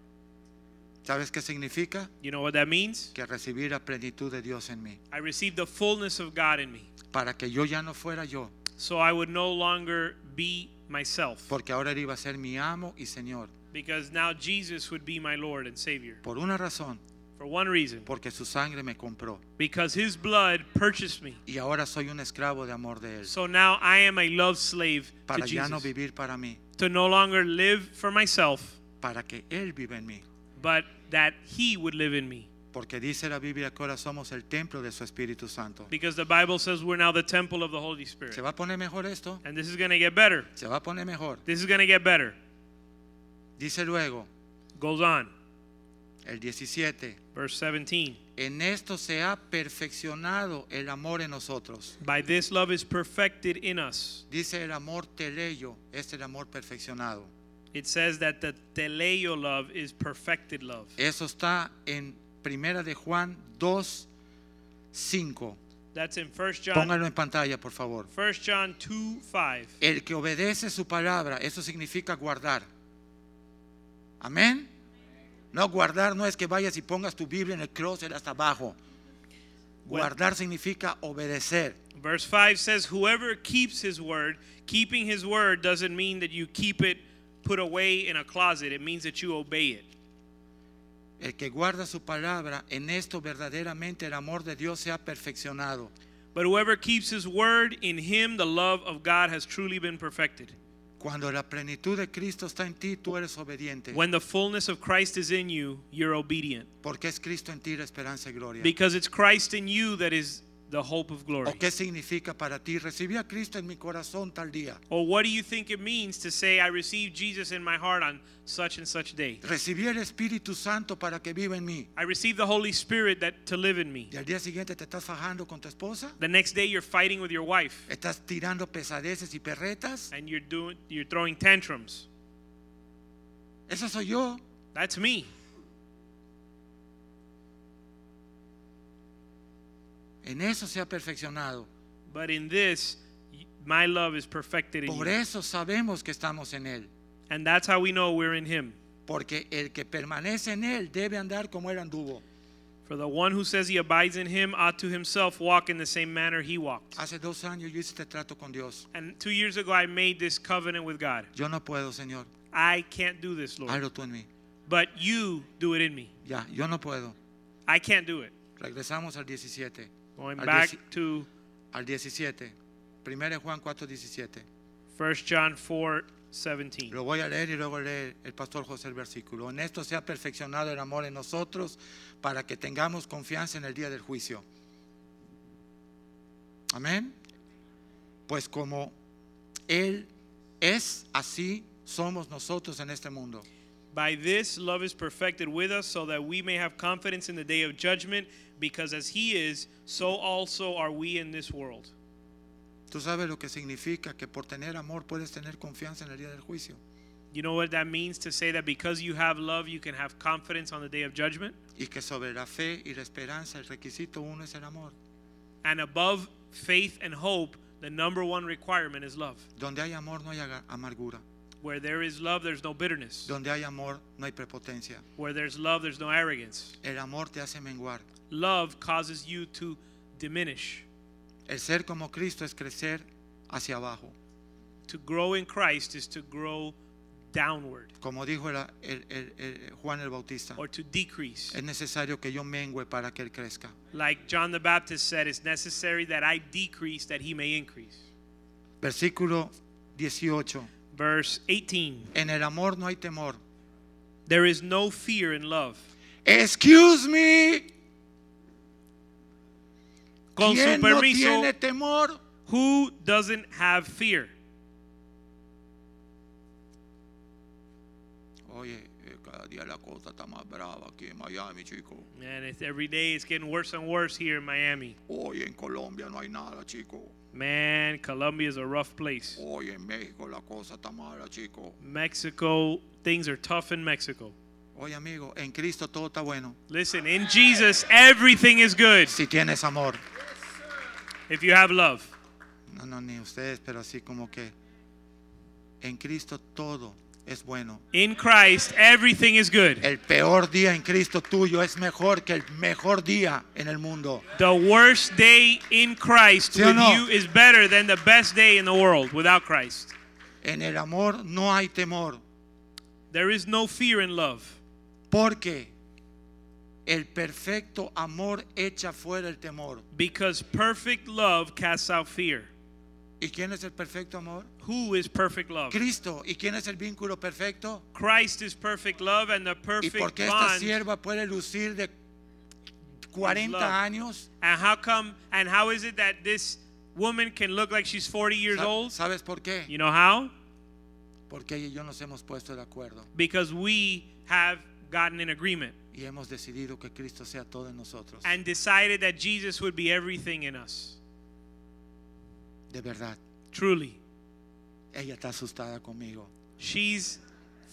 Speaker 3: ¿Sabes qué significa?
Speaker 4: You know what that means?
Speaker 3: Que recibí la plenitud de Dios en mí.
Speaker 4: I received the fullness of God in me.
Speaker 3: Para que yo ya no fuera yo,
Speaker 4: So I would no longer be myself.
Speaker 3: porque ahora Él iba a ser mi amo y Señor.
Speaker 4: Because now Jesus would be my Lord and Savior.
Speaker 3: Por una razón,
Speaker 4: For one reason.
Speaker 3: porque su sangre me compró.
Speaker 4: Because his blood purchased me.
Speaker 3: Y ahora soy un esclavo de amor de Él.
Speaker 4: So now I am a love slave to
Speaker 3: Para ya no
Speaker 4: Jesus.
Speaker 3: vivir para mí,
Speaker 4: To no longer live for myself,
Speaker 3: para que Él viva en mí.
Speaker 4: but that he would live in me.
Speaker 3: Porque dice la Biblia que ahora somos el templo de su Espíritu Santo.
Speaker 4: Because the Bible says we're now the temple of the Holy Spirit.
Speaker 3: ¿Se va a poner mejor esto?
Speaker 4: And this is going to get better.
Speaker 3: Se va a poner mejor.
Speaker 4: This is going to get better.
Speaker 3: Dice luego,
Speaker 4: Goes on.
Speaker 3: el 17,
Speaker 4: Verse 17.
Speaker 3: en esto se ha perfeccionado el amor en nosotros.
Speaker 4: By this love is perfected in us.
Speaker 3: Dice el amor teleyo, es el amor perfeccionado.
Speaker 4: It says that the teleo love is perfected love.
Speaker 3: Eso está en Primera de Juan 2, 5.
Speaker 4: That's in 1 John
Speaker 3: Póngalo en pantalla, por favor.
Speaker 4: 1 John 2 5.
Speaker 3: El que obedece su palabra, eso significa guardar. Amén. No guardar no es que vayas y pongas tu Biblia en el closet hasta abajo. Guardar significa obedecer.
Speaker 4: Verse 5 says, Whoever keeps his word, keeping his word doesn't mean that you keep it put away in a closet. It means that you obey it.
Speaker 3: El que guarda su palabra, en esto verdaderamente el amor de Dios se ha perfeccionado.
Speaker 4: But whoever keeps his word, in him the love of God has truly been perfected.
Speaker 3: Cuando la plenitud de Cristo está en ti, tú eres obediente.
Speaker 4: When the fullness of Christ is in you, you're obedient.
Speaker 3: Porque es Cristo en ti la esperanza y gloria.
Speaker 4: Because it's Christ in you that is the hope of glory.
Speaker 3: ¿O qué significa para ti? Recibí a Cristo en mi corazón tal día.
Speaker 4: Or what do you think it means to say, I received Jesus in my heart on such and such day?
Speaker 3: Recibí el Espíritu Santo para que viva en mí.
Speaker 4: I received the Holy Spirit that to live in me.
Speaker 3: Y al día siguiente te estás fajando con tu esposa,
Speaker 4: The next day you're fighting with your wife
Speaker 3: estás tirando pesadeces y perretas.
Speaker 4: and you're doing you're throwing tantrums.
Speaker 3: Eso soy yo.
Speaker 4: That's me.
Speaker 3: En eso se ha perfeccionado.
Speaker 4: But in this y- my love is perfected in
Speaker 3: Por
Speaker 4: you.
Speaker 3: eso sabemos que estamos en Él.
Speaker 4: And that's how we know we're in him.
Speaker 3: Porque el que permanece en Él debe andar como Él anduvo.
Speaker 4: For the one who says he abides in him ought to himself walk in the same manner he walked.
Speaker 3: Hace dos años yo hice este trato con Dios.
Speaker 4: And 2 years ago I made this covenant with God.
Speaker 3: Yo no puedo, Señor.
Speaker 4: I can't do this, Lord.
Speaker 3: Hazlo tú en mí.
Speaker 4: But you do it in me.
Speaker 3: Ya, yo no puedo.
Speaker 4: I can't do it.
Speaker 3: Regresamos al 17.
Speaker 4: Going
Speaker 3: Al
Speaker 4: back
Speaker 3: dieci-
Speaker 4: to
Speaker 3: al 17. 1 Juan 4, 17.
Speaker 4: 1 John 4 17.
Speaker 3: Lo voy a leer y luego leer el pastor José el versículo. En esto se ha perfeccionado el amor en nosotros para que tengamos confianza en el día del juicio. Amén. Pues como Él es así, somos nosotros en este mundo.
Speaker 4: By this love is perfected with us so that we may have confidence in the day of judgment because as he is so also are we in this world.
Speaker 3: Tú sabes lo que significa que por tener amor puedes tener confianza en el día del juicio.
Speaker 4: You know what that means to say that because you have love you can have confidence on the day of judgment
Speaker 3: Y que sobre la fe y la esperanza el requisito uno es el amor.
Speaker 4: and above faith and hope the number one requirement is love.
Speaker 3: Donde hay amor no hay aga- amargura.
Speaker 4: Where there is love there's no bitterness.
Speaker 3: Donde hay amor no hay prepotencia.
Speaker 4: Where there's love there's no arrogance.
Speaker 3: El amor te hace menguar.
Speaker 4: Love causes you to diminish.
Speaker 3: El ser como Cristo es crecer hacia abajo.
Speaker 4: To grow in Christ is to grow downward
Speaker 3: Como dijo el- el- el- el- Juan el Bautista,
Speaker 4: or to decrease.
Speaker 3: es necesario que yo mengue para que Él crezca.
Speaker 4: Like John the Baptist said, it's necessary that I decrease that he may increase.
Speaker 3: Versículo 18.
Speaker 4: Verse 18
Speaker 3: En el amor no hay temor.
Speaker 4: There is no fear in love.
Speaker 3: Excuse me.
Speaker 4: Con su
Speaker 3: ¿Quién no tiene
Speaker 4: permiso,
Speaker 3: temor?
Speaker 4: who doesn't have fear?
Speaker 3: Oye, eh, cada día la cosa está más brava aquí en Miami, chico.
Speaker 4: Man, it's, every day it's getting worse and worse here in Miami.
Speaker 3: Oye, en Colombia no hay nada, chico.
Speaker 4: Man, Colombia is a rough place.
Speaker 3: Hoy en México la cosa está mala, chico.
Speaker 4: Mexico, things are tough in Mexico.
Speaker 3: Oye, amigo, en Cristo todo está bueno.
Speaker 4: Listen, in Jesus, everything is good
Speaker 3: Si tienes amor.
Speaker 4: if you have love.
Speaker 3: No, no, ni ustedes, pero así como que en Cristo todo es bueno.
Speaker 4: In Christ, everything is good.
Speaker 3: El peor día en Cristo tuyo es mejor que el mejor día en el mundo.
Speaker 4: The worst day in Christ
Speaker 3: ¿Sí o
Speaker 4: with
Speaker 3: no?
Speaker 4: you is better than the best day in the world without Christ.
Speaker 3: En el amor no hay temor,
Speaker 4: There is no fear in love
Speaker 3: porque el perfecto amor echa fuera el temor.
Speaker 4: because perfect love casts out fear.
Speaker 3: ¿Y quién es el perfecto amor?
Speaker 4: Who is perfect love?
Speaker 3: Cristo. ¿Y quién es el vínculo perfecto?
Speaker 4: Christ is perfect love and the
Speaker 3: ¿Y por
Speaker 4: perfect
Speaker 3: qué esta
Speaker 4: bond.
Speaker 3: sierva puede lucir de
Speaker 4: Love.
Speaker 3: 40 años?
Speaker 4: And how come and how is it that this woman can look like she's 40 years
Speaker 3: Sa-
Speaker 4: old?
Speaker 3: ¿Sabes por qué?
Speaker 4: You know how?
Speaker 3: Porque ella y yo nos hemos puesto de acuerdo
Speaker 4: Because we have gotten an agreement
Speaker 3: y hemos decidido que Cristo sea todo en nosotros.
Speaker 4: and decided that Jesus would be everything in us.
Speaker 3: De verdad,
Speaker 4: Truly.
Speaker 3: ella está asustada conmigo.
Speaker 4: She's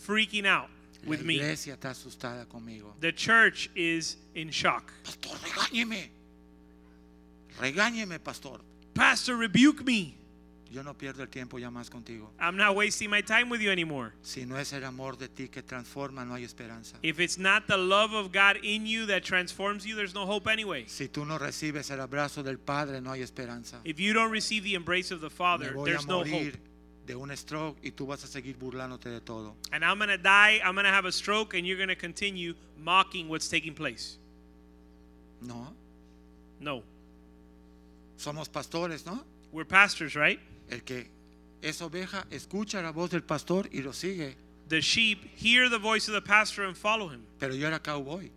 Speaker 4: freaking out
Speaker 3: La
Speaker 4: with me.
Speaker 3: iglesia está asustada conmigo.
Speaker 4: The church is in shock.
Speaker 3: Pastor, regáñeme. Regáñeme, pastor.
Speaker 4: Pastor, rebuke me.
Speaker 3: Yo no pierdo el tiempo ya más contigo.
Speaker 4: I'm not wasting my time with you anymore.
Speaker 3: Si no es el amor de ti que transforma, no hay esperanza.
Speaker 4: If it's not the love of God in you that transforms you, there's no hope anyway.
Speaker 3: Si tú no recibes el abrazo del Padre, no hay esperanza.
Speaker 4: If you don't receive the embrace of the
Speaker 3: Me
Speaker 4: Father,
Speaker 3: voy a
Speaker 4: there's no hope.
Speaker 3: morir de un stroke y tú vas a seguir burlándote de todo.
Speaker 4: And I'm going to die, I'm going to have a stroke, and you're going to continue mocking what's taking place.
Speaker 3: No,
Speaker 4: No.
Speaker 3: somos pastores, ¿no?
Speaker 4: We're pastors, right?
Speaker 3: El que es oveja escucha la voz del pastor y lo sigue.
Speaker 4: The sheep hear the voice of the pastor and follow him.
Speaker 3: Pero yo era cowboy.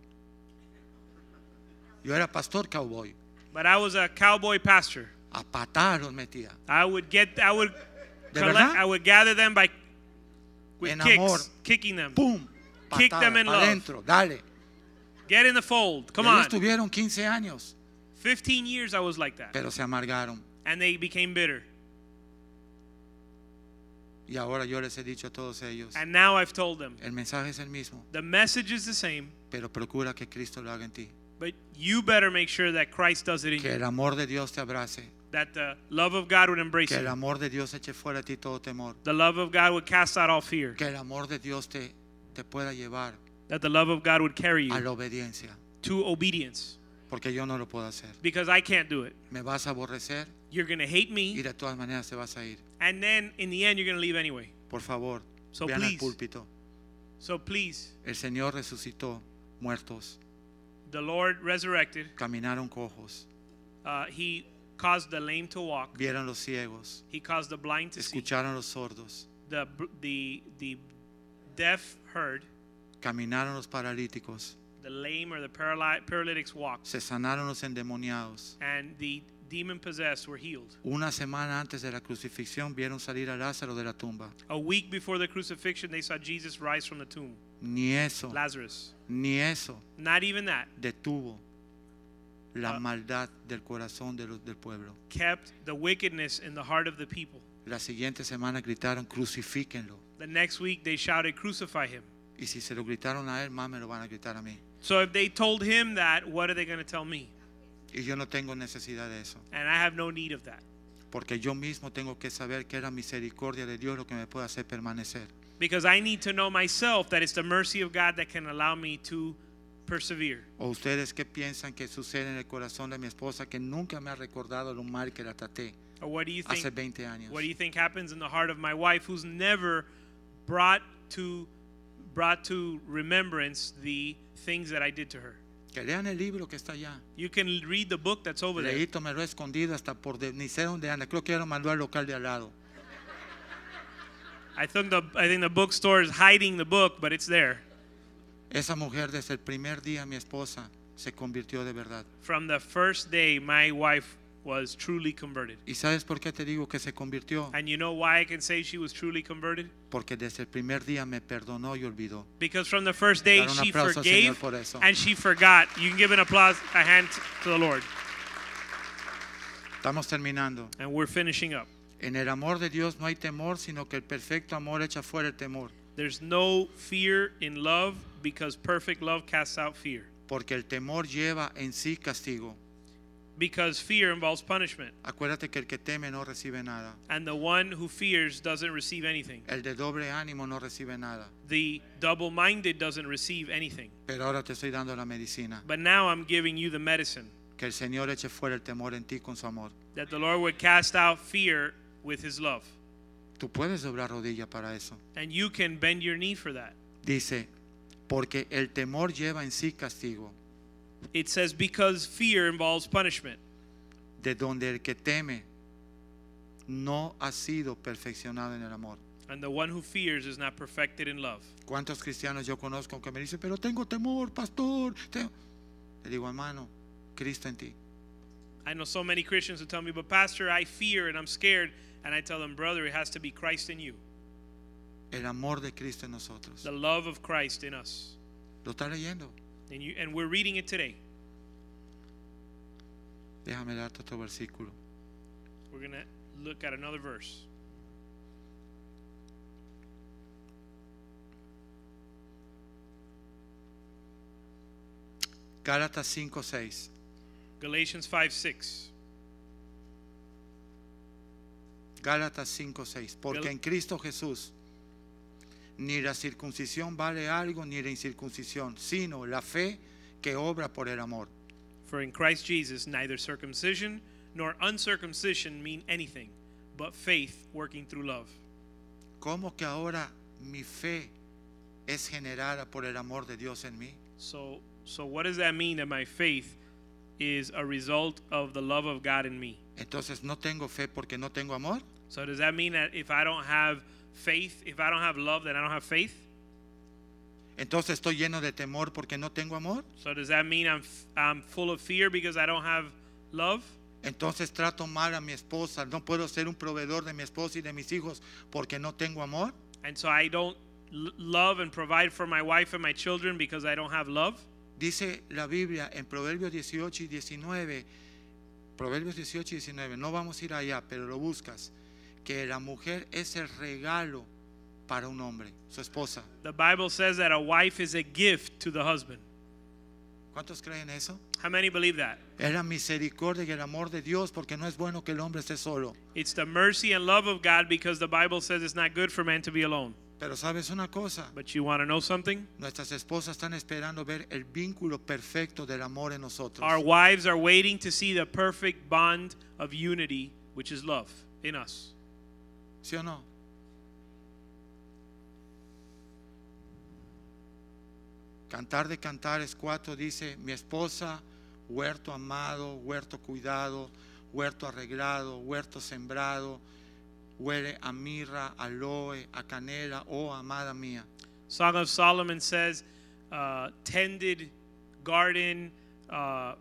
Speaker 3: Yo era pastor cowboy.
Speaker 4: But I was a cowboy pastor.
Speaker 3: A patadas los metía.
Speaker 4: I would get, I would,
Speaker 3: ¿De
Speaker 4: collect,
Speaker 3: verdad?
Speaker 4: I would gather them by with
Speaker 3: En
Speaker 4: kicks,
Speaker 3: amor.
Speaker 4: kicking them.
Speaker 3: ¡Pum!
Speaker 4: Kick
Speaker 3: Patada,
Speaker 4: them in
Speaker 3: pa'
Speaker 4: love.
Speaker 3: adentro, dale.
Speaker 4: Get in the fold. Come
Speaker 3: Ellos
Speaker 4: on.
Speaker 3: tuvieron 15 años,
Speaker 4: 15 years I was like that.
Speaker 3: pero se amargaron.
Speaker 4: And they became bitter.
Speaker 3: Y ahora yo les he dicho a todos ellos,
Speaker 4: And now I've told them
Speaker 3: el mensaje es el mismo,
Speaker 4: the message is the same,
Speaker 3: pero procura que Cristo lo haga en ti.
Speaker 4: but you better make sure that Christ does it in
Speaker 3: Que
Speaker 4: you.
Speaker 3: el amor de Dios te abrace,
Speaker 4: That the love of God would embrace
Speaker 3: que el
Speaker 4: you.
Speaker 3: amor de Dios eche fuera de ti todo temor,
Speaker 4: The love of God would cast out all fear.
Speaker 3: que el amor de Dios te, te pueda llevar
Speaker 4: That the love of God would carry
Speaker 3: a
Speaker 4: you
Speaker 3: la obediencia,
Speaker 4: to obedience.
Speaker 3: porque yo no lo puedo hacer.
Speaker 4: Because I can't do it.
Speaker 3: Me vas a aborrecer
Speaker 4: You're going to hate
Speaker 3: y
Speaker 4: me,
Speaker 3: de todas maneras te vas a ir.
Speaker 4: and then in the end, you're going to leave anyway.
Speaker 3: Por favor,
Speaker 4: So
Speaker 3: vean al
Speaker 4: please.
Speaker 3: púlpito.
Speaker 4: So please,
Speaker 3: El Señor resucitó muertos,
Speaker 4: the Lord resurrected.
Speaker 3: caminaron cojos,
Speaker 4: Uh, he caused the lame to walk.
Speaker 3: vieron los ciegos,
Speaker 4: He caused the blind to see.
Speaker 3: escucharon los sordos,
Speaker 4: The br- the the deaf heard.
Speaker 3: caminaron los paralíticos,
Speaker 4: The lame or the paraly- paralytics walked,
Speaker 3: se sanaron los endemoniados.
Speaker 4: and the demon possessed were healed.
Speaker 3: Una semana antes de la crucifixión vieron salir a Lázaro de la tumba.
Speaker 4: A week before the crucifixion, they saw Jesus rise from the tomb.
Speaker 3: Ni eso,
Speaker 4: Lazarus.
Speaker 3: ni eso
Speaker 4: Not even that
Speaker 3: detuvo la
Speaker 4: Ah.
Speaker 3: maldad del corazón de los- del pueblo.
Speaker 4: kept the wickedness in the heart of the people.
Speaker 3: La siguiente semana gritaron, crucifíquenlo.
Speaker 4: The next week, they shouted, "Crucify him."
Speaker 3: Y si se lo gritaron a él, más me lo van a gritar a mí.
Speaker 4: So if they told him that, what are they going to tell me?
Speaker 3: Y yo no tengo necesidad de eso.
Speaker 4: And I have no need of that.
Speaker 3: Porque yo mismo tengo que saber que es la misericordia de Dios lo que me puede hacer permanecer.
Speaker 4: Because I need to know myself that it's the mercy of God that can allow me to persevere.
Speaker 3: ¿O ustedes qué piensan que sucede en el corazón de mi esposa que nunca me ha recordado lo mal que la traté
Speaker 4: Or what do you
Speaker 3: hace
Speaker 4: think
Speaker 3: 20 años?
Speaker 4: what do you think happens in the heart of my wife who's never brought to brought to remembrance the things that I did to her?
Speaker 3: Que lean el libro que está allá.
Speaker 4: You can read the book that's over there.
Speaker 3: Leíto me lo he escondido hasta por de- ni sé dónde anda. Creo que ya lo mandó al local de al lado.
Speaker 4: I think the I think the bookstore is hiding the book, but it's there.
Speaker 3: Esa mujer desde el primer día, mi esposa, se convirtió de verdad.
Speaker 4: From the first day my wife was truly converted.
Speaker 3: ¿Y sabes por qué te digo que se convirtió?
Speaker 4: And you know why I can say she was truly converted?
Speaker 3: Porque desde el primer día me perdonó y olvidó.
Speaker 4: Because from the first day
Speaker 3: Dar un
Speaker 4: she
Speaker 3: aplauso al Señor
Speaker 4: forgave
Speaker 3: por eso.
Speaker 4: and she forgot. You can give an applause, a hand to the Lord.
Speaker 3: Estamos terminando.
Speaker 4: And we're finishing up.
Speaker 3: En el amor de Dios no hay temor, sino que el perfecto amor echa fuera el temor,
Speaker 4: There's no fear in love because perfect love casts out fear.
Speaker 3: porque el temor lleva en sí castigo.
Speaker 4: Because fear involves punishment.
Speaker 3: Acuérdate que el que teme no recibe nada.
Speaker 4: And the one who fears doesn't receive anything.
Speaker 3: El de doble ánimo no recibe nada.
Speaker 4: The double minded doesn't receive anything.
Speaker 3: Pero ahora te estoy dando la medicina.
Speaker 4: But now I'm giving you the medicine
Speaker 3: Que el Señor eche fuera el temor en ti con su amor.
Speaker 4: that the Lord would cast out fear with his love.
Speaker 3: Tú puedes doblar rodilla para eso.
Speaker 4: And you can bend your knee for that.
Speaker 3: Dice, porque el temor lleva en sí castigo,
Speaker 4: It says, because fear involves punishment,
Speaker 3: de donde el que teme no ha sido perfeccionado en el amor.
Speaker 4: and the one who fears is not perfected in love.
Speaker 3: ¿Cuántos cristianos yo conozco que me dicen, pero tengo temor, pastor? te-". Le digo, hermano, Cristo en ti.
Speaker 4: I know so many Christians who tell me, but Pastor, I fear and I'm scared. And I tell them, brother, it has to be Christ in you,
Speaker 3: El amor de Cristo en nosotros.
Speaker 4: the love of Christ in us.
Speaker 3: ¿Lo está leyendo?
Speaker 4: And, you, and we're reading it today.
Speaker 3: Déjame darte otro versículo.
Speaker 4: We're going to look at another verse.
Speaker 3: Gálatas 5, 6.
Speaker 4: Galatians 5 6.
Speaker 3: Gálatas 5:6, porque
Speaker 4: Gal-
Speaker 3: en Cristo Jesús ni la circuncisión vale algo ni la incircuncisión, sino la fe que obra por el amor.
Speaker 4: For in Christ Jesus, neither circumcision nor uncircumcision mean anything, but faith working through love.
Speaker 3: ¿Cómo que ahora mi fe es generada por el amor de Dios en mí?
Speaker 4: So, so what does that mean that my faith is a result of the love of God in me?
Speaker 3: Entonces no tengo fe porque no tengo amor.
Speaker 4: So does that mean that if I don't have faith, if I don't have love, then I don't have faith?
Speaker 3: Entonces estoy lleno de temor porque no tengo amor.
Speaker 4: So does that mean I'm f- I'm full of fear because I don't have love?
Speaker 3: Entonces trato mal a mi esposa. No puedo ser un proveedor de mi esposa y de mis hijos porque no tengo amor.
Speaker 4: And so I don't l- love and provide for my wife and my children because I don't have love?
Speaker 3: Dice la Biblia en Proverbios 18 y 19, Proverbios 18 y 19, no vamos a ir allá, pero lo buscas, que la mujer es el regalo para un hombre, su esposa.
Speaker 4: The Bible says that a wife is a gift to the husband.
Speaker 3: ¿Cuántos creen eso?
Speaker 4: How many believe that?
Speaker 3: Es la misericordia y el amor de Dios porque no es bueno que el hombre esté solo.
Speaker 4: It's the mercy and love of God because the Bible says it's not good for man to be alone.
Speaker 3: Pero sabes una cosa,
Speaker 4: But you want to know something?
Speaker 3: nuestras esposas están esperando ver el vínculo perfecto del amor en nosotros.
Speaker 4: Our wives are waiting to see the perfect bond of unity, which is love, in us.
Speaker 3: ¿Sí o no? Cantar de Cantares 4 dice, mi esposa, huerto amado, huerto cuidado, huerto arreglado, huerto sembrado, huele a mirra, aloe, a canela, oh amada mía.
Speaker 4: Song of Solomon says, uh, tended garden, uh,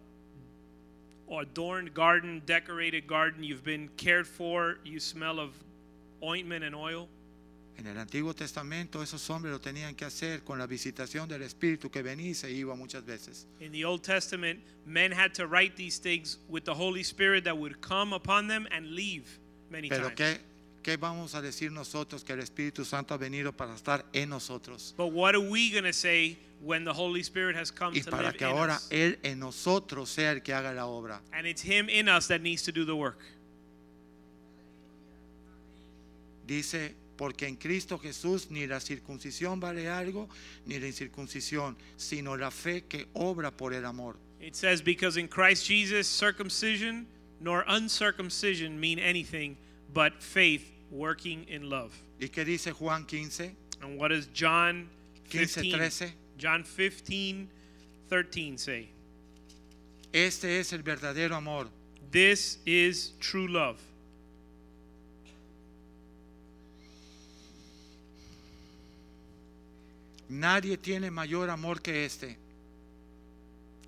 Speaker 4: adorned garden, decorated garden, you've been cared for, you smell of ointment and oil.
Speaker 3: En el Antiguo Testamento esos hombres lo tenían que hacer con la visitación del Espíritu que venía y se iba muchas veces.
Speaker 4: In the Old Testament, men had to write these things with the Holy Spirit that would come upon them and leave many
Speaker 3: Pero
Speaker 4: times.
Speaker 3: ¿qué, ¿qué vamos a decir nosotros que el Espíritu Santo ha venido para estar en nosotros?
Speaker 4: But what are we going to say when the Holy Spirit has come
Speaker 3: y
Speaker 4: to
Speaker 3: para
Speaker 4: live
Speaker 3: que
Speaker 4: in
Speaker 3: ahora
Speaker 4: us?
Speaker 3: Él en nosotros sea el que haga la obra.
Speaker 4: And it's Him in us that needs to do the work.
Speaker 3: Dice, porque en Cristo Jesús ni la circuncisión vale algo, ni la incircuncisión, sino la fe que obra por el amor.
Speaker 4: It says, Because in Christ Jesus, circumcision nor uncircumcision mean anything but faith working in love.
Speaker 3: ¿Y qué dice Juan 15?
Speaker 4: And what does John 15,
Speaker 3: 15:13.
Speaker 4: John 15, 13 say?
Speaker 3: Este es el verdadero amor.
Speaker 4: This is true love.
Speaker 3: Nadie tiene mayor amor que este,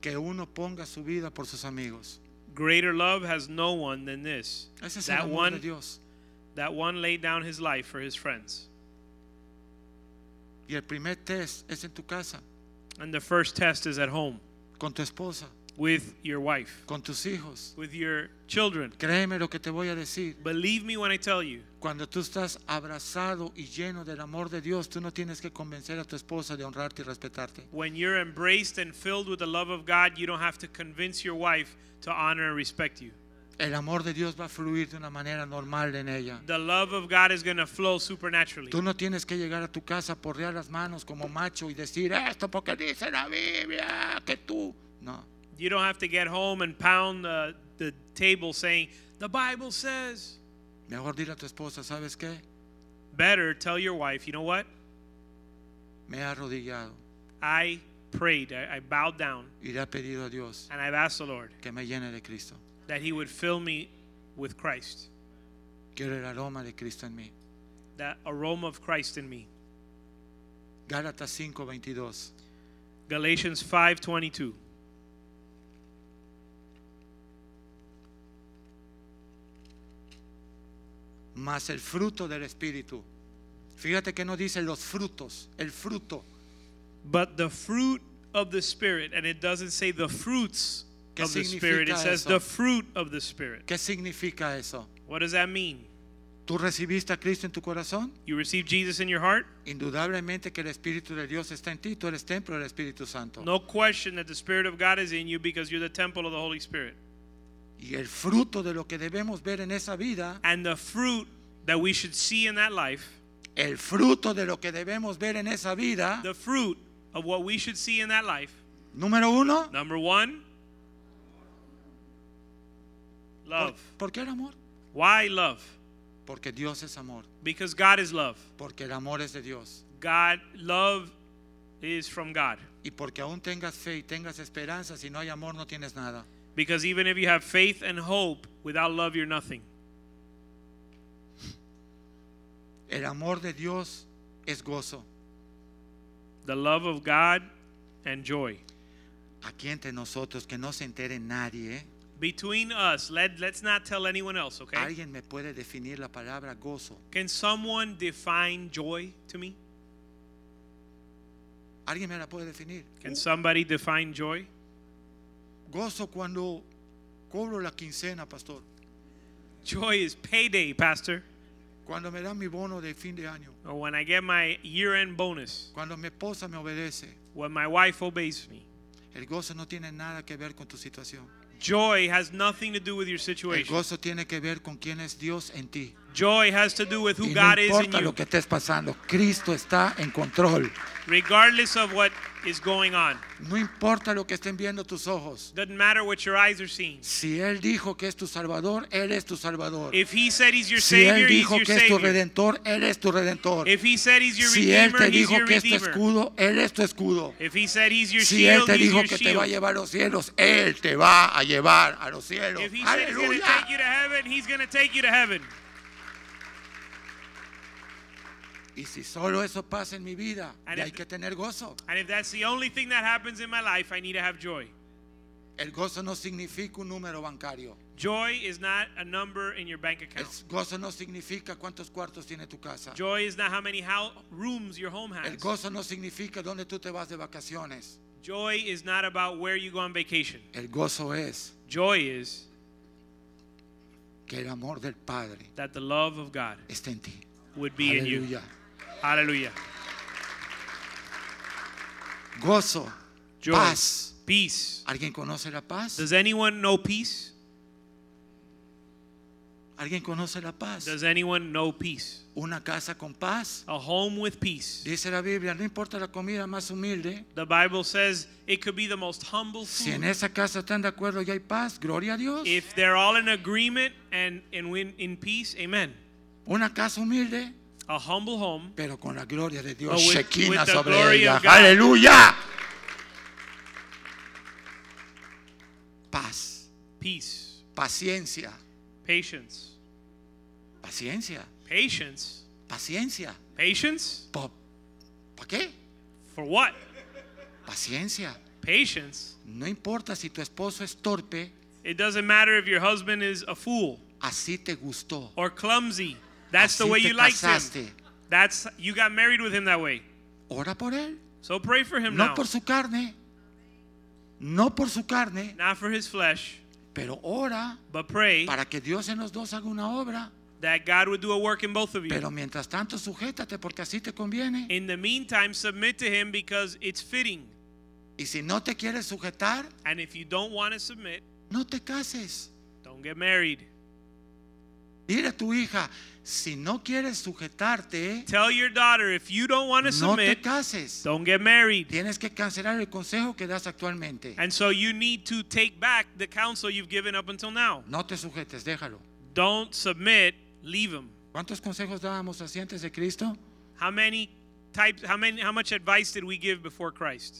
Speaker 3: que uno ponga su vida por sus amigos.
Speaker 4: Greater love has no one than this.
Speaker 3: Ese es el
Speaker 4: That
Speaker 3: amor de
Speaker 4: one,
Speaker 3: Dios.
Speaker 4: that one laid down his life for his friends.
Speaker 3: Y el primer test es en tu casa,
Speaker 4: And the first test is at home
Speaker 3: con tu esposa,
Speaker 4: with your wife,
Speaker 3: con tus hijos.
Speaker 4: with your children.
Speaker 3: Créeme lo que te voy a decir.
Speaker 4: Believe me when I tell you,
Speaker 3: Cuando tú estás abrazado y lleno del amor de Dios, tú no tienes que convencer a tu esposa de honrarte y respetarte.
Speaker 4: when you're embraced and filled with the love of God, you don't have to convince your wife to honor and respect you.
Speaker 3: El amor de Dios va a fluir de una manera normal en ella.
Speaker 4: The love of God is going to flow supernaturally.
Speaker 3: Tú no tienes que llegar a tu casa, porrear las manos como macho y decir esto porque dice la Biblia que tú. No.
Speaker 4: You don't have to get home and pound the, the table saying, The Bible says.
Speaker 3: Mejor dile a tu esposa, ¿sabes qué?
Speaker 4: Better tell your wife, You know what?
Speaker 3: Me he arrodillado
Speaker 4: I prayed, I, I bowed down,
Speaker 3: y le he pedido a Dios
Speaker 4: and I've asked the Lord
Speaker 3: que me llene de Cristo.
Speaker 4: that He would fill me with Christ,
Speaker 3: Quiero el aroma de Cristo en mí.
Speaker 4: that aroma of Christ in me.
Speaker 3: Gálatas 5:22.
Speaker 4: Galatians 5:22.
Speaker 3: Más el fruto del Espíritu. Fíjate que no dice los frutos, el fruto.
Speaker 4: But the fruit of the Spirit, and it doesn't say the fruits
Speaker 3: ¿Qué
Speaker 4: of the Spirit, it
Speaker 3: significa
Speaker 4: says
Speaker 3: eso?
Speaker 4: the fruit of the Spirit.
Speaker 3: ¿Qué significa eso?
Speaker 4: What does that mean?
Speaker 3: ¿Tú recibiste a Cristo en tu corazón?
Speaker 4: You receive Jesus in your heart?
Speaker 3: Indudablemente que el Espíritu de Dios está en ti, tú eres templo del Espíritu Santo.
Speaker 4: No question that the Spirit of God is in you because you're the temple of the Holy Spirit.
Speaker 3: Y el fruto de lo que debemos ver en esa vida,
Speaker 4: And the fruit that we should see in that life,
Speaker 3: el fruto de lo que debemos ver en esa vida,
Speaker 4: the fruit of what we should see in that life,
Speaker 3: número uno,
Speaker 4: number one,
Speaker 3: ¿por,
Speaker 4: love.
Speaker 3: por qué el amor?
Speaker 4: Why love?
Speaker 3: Porque Dios es amor,
Speaker 4: Because God is love.
Speaker 3: porque el amor es de Dios.
Speaker 4: God, love is from God.
Speaker 3: Y porque aún tengas fe y tengas esperanza, si no hay amor no tienes nada.
Speaker 4: Because even if you have faith and hope, without love, you're nothing.
Speaker 3: El amor de Dios es gozo.
Speaker 4: The love of God and joy.
Speaker 3: Aquí entre nosotros, que no se entere nadie. ¿eh?
Speaker 4: Between us, let, let's not tell anyone else, okay?
Speaker 3: ¿Alguien me puede definir la palabra gozo?
Speaker 4: Can someone define joy to me?
Speaker 3: ¿Alguien me la puede definir?
Speaker 4: Can somebody define joy?
Speaker 3: Gozo cuando cobro la quincena, pastor.
Speaker 4: Joy is payday, Pastor,
Speaker 3: Cuando me dan mi bono de fin de año.
Speaker 4: or when I get my year end bonus,
Speaker 3: Cuando mi esposa me obedece.
Speaker 4: when my wife obeys me.
Speaker 3: El gozo no tiene nada que ver con tu situación.
Speaker 4: Joy has nothing to do with your
Speaker 3: El
Speaker 4: situation.
Speaker 3: gozo tiene que ver con quién es Dios en ti.
Speaker 4: Joy has to do with
Speaker 3: Y
Speaker 4: who
Speaker 3: no
Speaker 4: God is in
Speaker 3: importa lo
Speaker 4: you,
Speaker 3: que estés pasando, Cristo está en control.
Speaker 4: regardless of what is going on.
Speaker 3: No importa lo que estén viendo tus ojos.
Speaker 4: Doesn't matter what your eyes are seeing.
Speaker 3: Si Él dijo que es tu Salvador, Él es tu Salvador.
Speaker 4: If he said he's your
Speaker 3: Si Él
Speaker 4: savior, he's
Speaker 3: dijo
Speaker 4: your
Speaker 3: que es tu
Speaker 4: savior.
Speaker 3: Redentor, Él es tu Redentor.
Speaker 4: If he said he's your
Speaker 3: Si Él
Speaker 4: redeemer,
Speaker 3: te
Speaker 4: he's
Speaker 3: dijo
Speaker 4: your
Speaker 3: que es tu
Speaker 4: redeemer.
Speaker 3: escudo, Él es tu escudo.
Speaker 4: If he said he's your
Speaker 3: Si Él
Speaker 4: shield,
Speaker 3: te
Speaker 4: he's
Speaker 3: dijo
Speaker 4: your
Speaker 3: que te va a
Speaker 4: shield.
Speaker 3: llevar a los cielos, Él te va a llevar a los cielos.
Speaker 4: If he said he's going
Speaker 3: Aleluya.
Speaker 4: to take you to heaven, he's going to take you to heaven.
Speaker 3: Y si solo eso pasa en mi vida,
Speaker 4: And
Speaker 3: ya hay
Speaker 4: if-
Speaker 3: que tener gozo.
Speaker 4: And if that's the only thing that happens in my life, I need to have joy.
Speaker 3: El gozo no significa un número bancario.
Speaker 4: Joy is not a number in your bank
Speaker 3: El
Speaker 4: account.
Speaker 3: gozo no significa cuántos cuartos tiene tu casa.
Speaker 4: Joy is not how many how rooms your home
Speaker 3: El
Speaker 4: has.
Speaker 3: gozo no significa dónde tú te vas de vacaciones.
Speaker 4: Joy is not about where you go on vacation.
Speaker 3: El gozo es
Speaker 4: Joy is
Speaker 3: que el amor del Padre
Speaker 4: that the love of God
Speaker 3: está en ti.
Speaker 4: would be in you.
Speaker 3: Aleluya.
Speaker 4: Hallelujah.
Speaker 3: Gozo,
Speaker 4: Joy.
Speaker 3: paz.
Speaker 4: Peace.
Speaker 3: ¿Alguien conoce la paz?
Speaker 4: Does anyone know peace?
Speaker 3: ¿Alguien conoce la paz?
Speaker 4: Does anyone know peace?
Speaker 3: Una casa con paz.
Speaker 4: A home with peace.
Speaker 3: Dice la Biblia, no importa la comida más humilde,
Speaker 4: The Bible says it could be the most humble
Speaker 3: si en
Speaker 4: food.
Speaker 3: esa casa están de acuerdo y hay paz, gloria a Dios.
Speaker 4: If they're all in agreement and, and win in peace, amen.
Speaker 3: Una casa humilde,
Speaker 4: A humble home,
Speaker 3: pero con la gloria de Dios,
Speaker 4: But Oh, with-
Speaker 3: Shekinah
Speaker 4: with the
Speaker 3: sobre
Speaker 4: glory
Speaker 3: ella.
Speaker 4: of God.
Speaker 3: Aleluya. Paz,
Speaker 4: peace,
Speaker 3: paciencia,
Speaker 4: patience,
Speaker 3: paciencia,
Speaker 4: patience,
Speaker 3: paciencia.
Speaker 4: patience.
Speaker 3: ¿Para qué?
Speaker 4: For what?
Speaker 3: Paciencia.
Speaker 4: Patience.
Speaker 3: No importa si tu esposo es torpe,
Speaker 4: It doesn't matter if your husband is a fool
Speaker 3: así te gustó.
Speaker 4: or clumsy. That's the
Speaker 3: Así
Speaker 4: way
Speaker 3: te
Speaker 4: you liked him.
Speaker 3: casaste.
Speaker 4: That's you got married with him that way.
Speaker 3: Ora por él,
Speaker 4: So pray for him
Speaker 3: no
Speaker 4: now.
Speaker 3: por su carne. no por su carne,
Speaker 4: not for his flesh,
Speaker 3: pero ora
Speaker 4: but pray
Speaker 3: para que Dios en los dos haga una obra.
Speaker 4: that God would do a work in both of you.
Speaker 3: Pero mientras tanto, sujétate porque así te conviene.
Speaker 4: In the meantime, submit to him because it's fitting.
Speaker 3: Y si no te quieres sujetar,
Speaker 4: And if you don't want to submit,
Speaker 3: no te cases.
Speaker 4: don't get married.
Speaker 3: Dile a tu hija, si no quieres sujetarte,
Speaker 4: Tell your daughter if you don't want to
Speaker 3: no te
Speaker 4: submit,
Speaker 3: cases.
Speaker 4: don't get married.
Speaker 3: Tienes que cancelar el consejo que das actualmente.
Speaker 4: And so you need to take back the counsel you've given up until now.
Speaker 3: No te sujetes, déjalo.
Speaker 4: Don't submit, leave him.
Speaker 3: ¿Cuántos consejos dábamos así antes de Cristo?
Speaker 4: How many types how many how much advice did we give before Christ?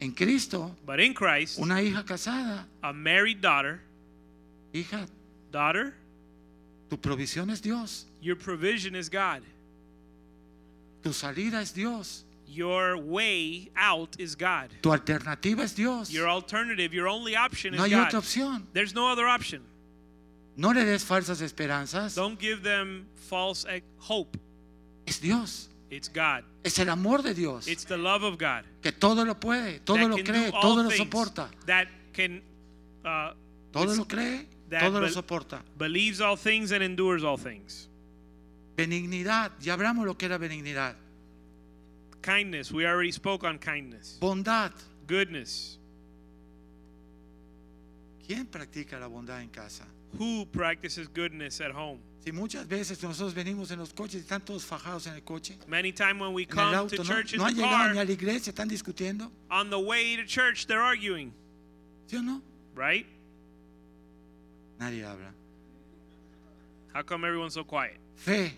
Speaker 3: En Cristo,
Speaker 4: But in Christ,
Speaker 3: una hija casada,
Speaker 4: a married daughter,
Speaker 3: hija,
Speaker 4: daughter,
Speaker 3: tu provisión es Dios,
Speaker 4: your provision is God.
Speaker 3: tu salida es Dios,
Speaker 4: Your way out is God.
Speaker 3: tu alternativa es Dios.
Speaker 4: Your alternative, your only option is
Speaker 3: No hay
Speaker 4: God.
Speaker 3: otra opción.
Speaker 4: There's no other option.
Speaker 3: No le des falsas esperanzas.
Speaker 4: Don't give them false eh, hope.
Speaker 3: Es Dios,
Speaker 4: It's God.
Speaker 3: es el amor de Dios,
Speaker 4: It's the love of God
Speaker 3: que todo lo puede, todo
Speaker 4: that
Speaker 3: lo
Speaker 4: can
Speaker 3: cree,
Speaker 4: do all
Speaker 3: todo lo
Speaker 4: things,
Speaker 3: soporta,
Speaker 4: That can uh,
Speaker 3: todo lo cree,
Speaker 4: that
Speaker 3: todo lo
Speaker 4: bel-
Speaker 3: soporta.
Speaker 4: believes all things and endures all things.
Speaker 3: Benignidad, ya hablamos lo que era benignidad.
Speaker 4: Kindness. We already spoke on kindness.
Speaker 3: Bondad,
Speaker 4: Goodness.
Speaker 3: ¿quién practica la bondad en casa?
Speaker 4: Who practices goodness at home?
Speaker 3: Si muchas veces nosotros venimos en los coches y están todos fajados en el coche,
Speaker 4: Many time when we
Speaker 3: en el
Speaker 4: come
Speaker 3: auto, ¿no?
Speaker 4: to church in
Speaker 3: No han
Speaker 4: the
Speaker 3: llegado ni a
Speaker 4: car,
Speaker 3: la iglesia, están discutiendo,
Speaker 4: on the way to church, they're arguing,
Speaker 3: ¿sí o no?
Speaker 4: right?
Speaker 3: Nadie habla.
Speaker 4: How come everyone's so quiet?
Speaker 3: Fe,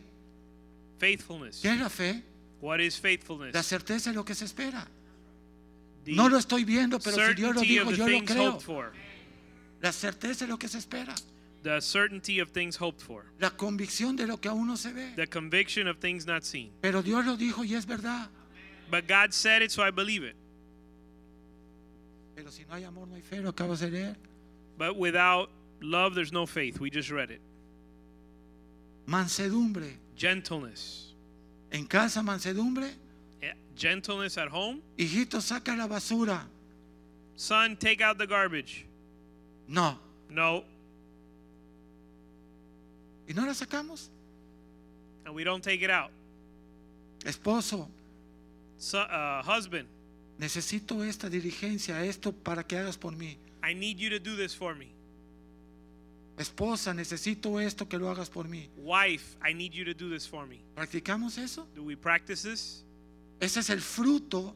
Speaker 4: Faithfulness.
Speaker 3: ¿qué es la fe?
Speaker 4: What is
Speaker 3: La
Speaker 4: faithfulness?
Speaker 3: certeza de lo que se espera.
Speaker 4: The
Speaker 3: No lo estoy viendo, pero si Dios lo
Speaker 4: certainty
Speaker 3: dijo,
Speaker 4: of the
Speaker 3: yo lo
Speaker 4: things
Speaker 3: creo.
Speaker 4: hoped for.
Speaker 3: La certeza de lo que se espera.
Speaker 4: The certainty of things hoped for.
Speaker 3: La convicción de lo que aún no se ve.
Speaker 4: The conviction of things not seen.
Speaker 3: Pero Dios lo dijo y es verdad.
Speaker 4: But God said it, so I believe it.
Speaker 3: Pero si no hay amor, no hay fe, lo acabas de leer.
Speaker 4: But without love, there's no faith. We just read it.
Speaker 3: Mansedumbre.
Speaker 4: Gentleness.
Speaker 3: En casa, mansedumbre.
Speaker 4: Eh, Gentleness at home.
Speaker 3: Hijito, saca la basura.
Speaker 4: Son, take out the garbage.
Speaker 3: No.
Speaker 4: No.
Speaker 3: ¿Y no la sacamos?
Speaker 4: And we don't take it out.
Speaker 3: Esposo,
Speaker 4: So, uh, husband,
Speaker 3: necesito esta diligencia, esto para que hagas por mí.
Speaker 4: I need you to do this for me.
Speaker 3: Esposa, necesito esto que lo hagas por mí.
Speaker 4: Wife, I need you to do this for me.
Speaker 3: ¿Practicamos eso?
Speaker 4: Do we practice this?
Speaker 3: Ese es el fruto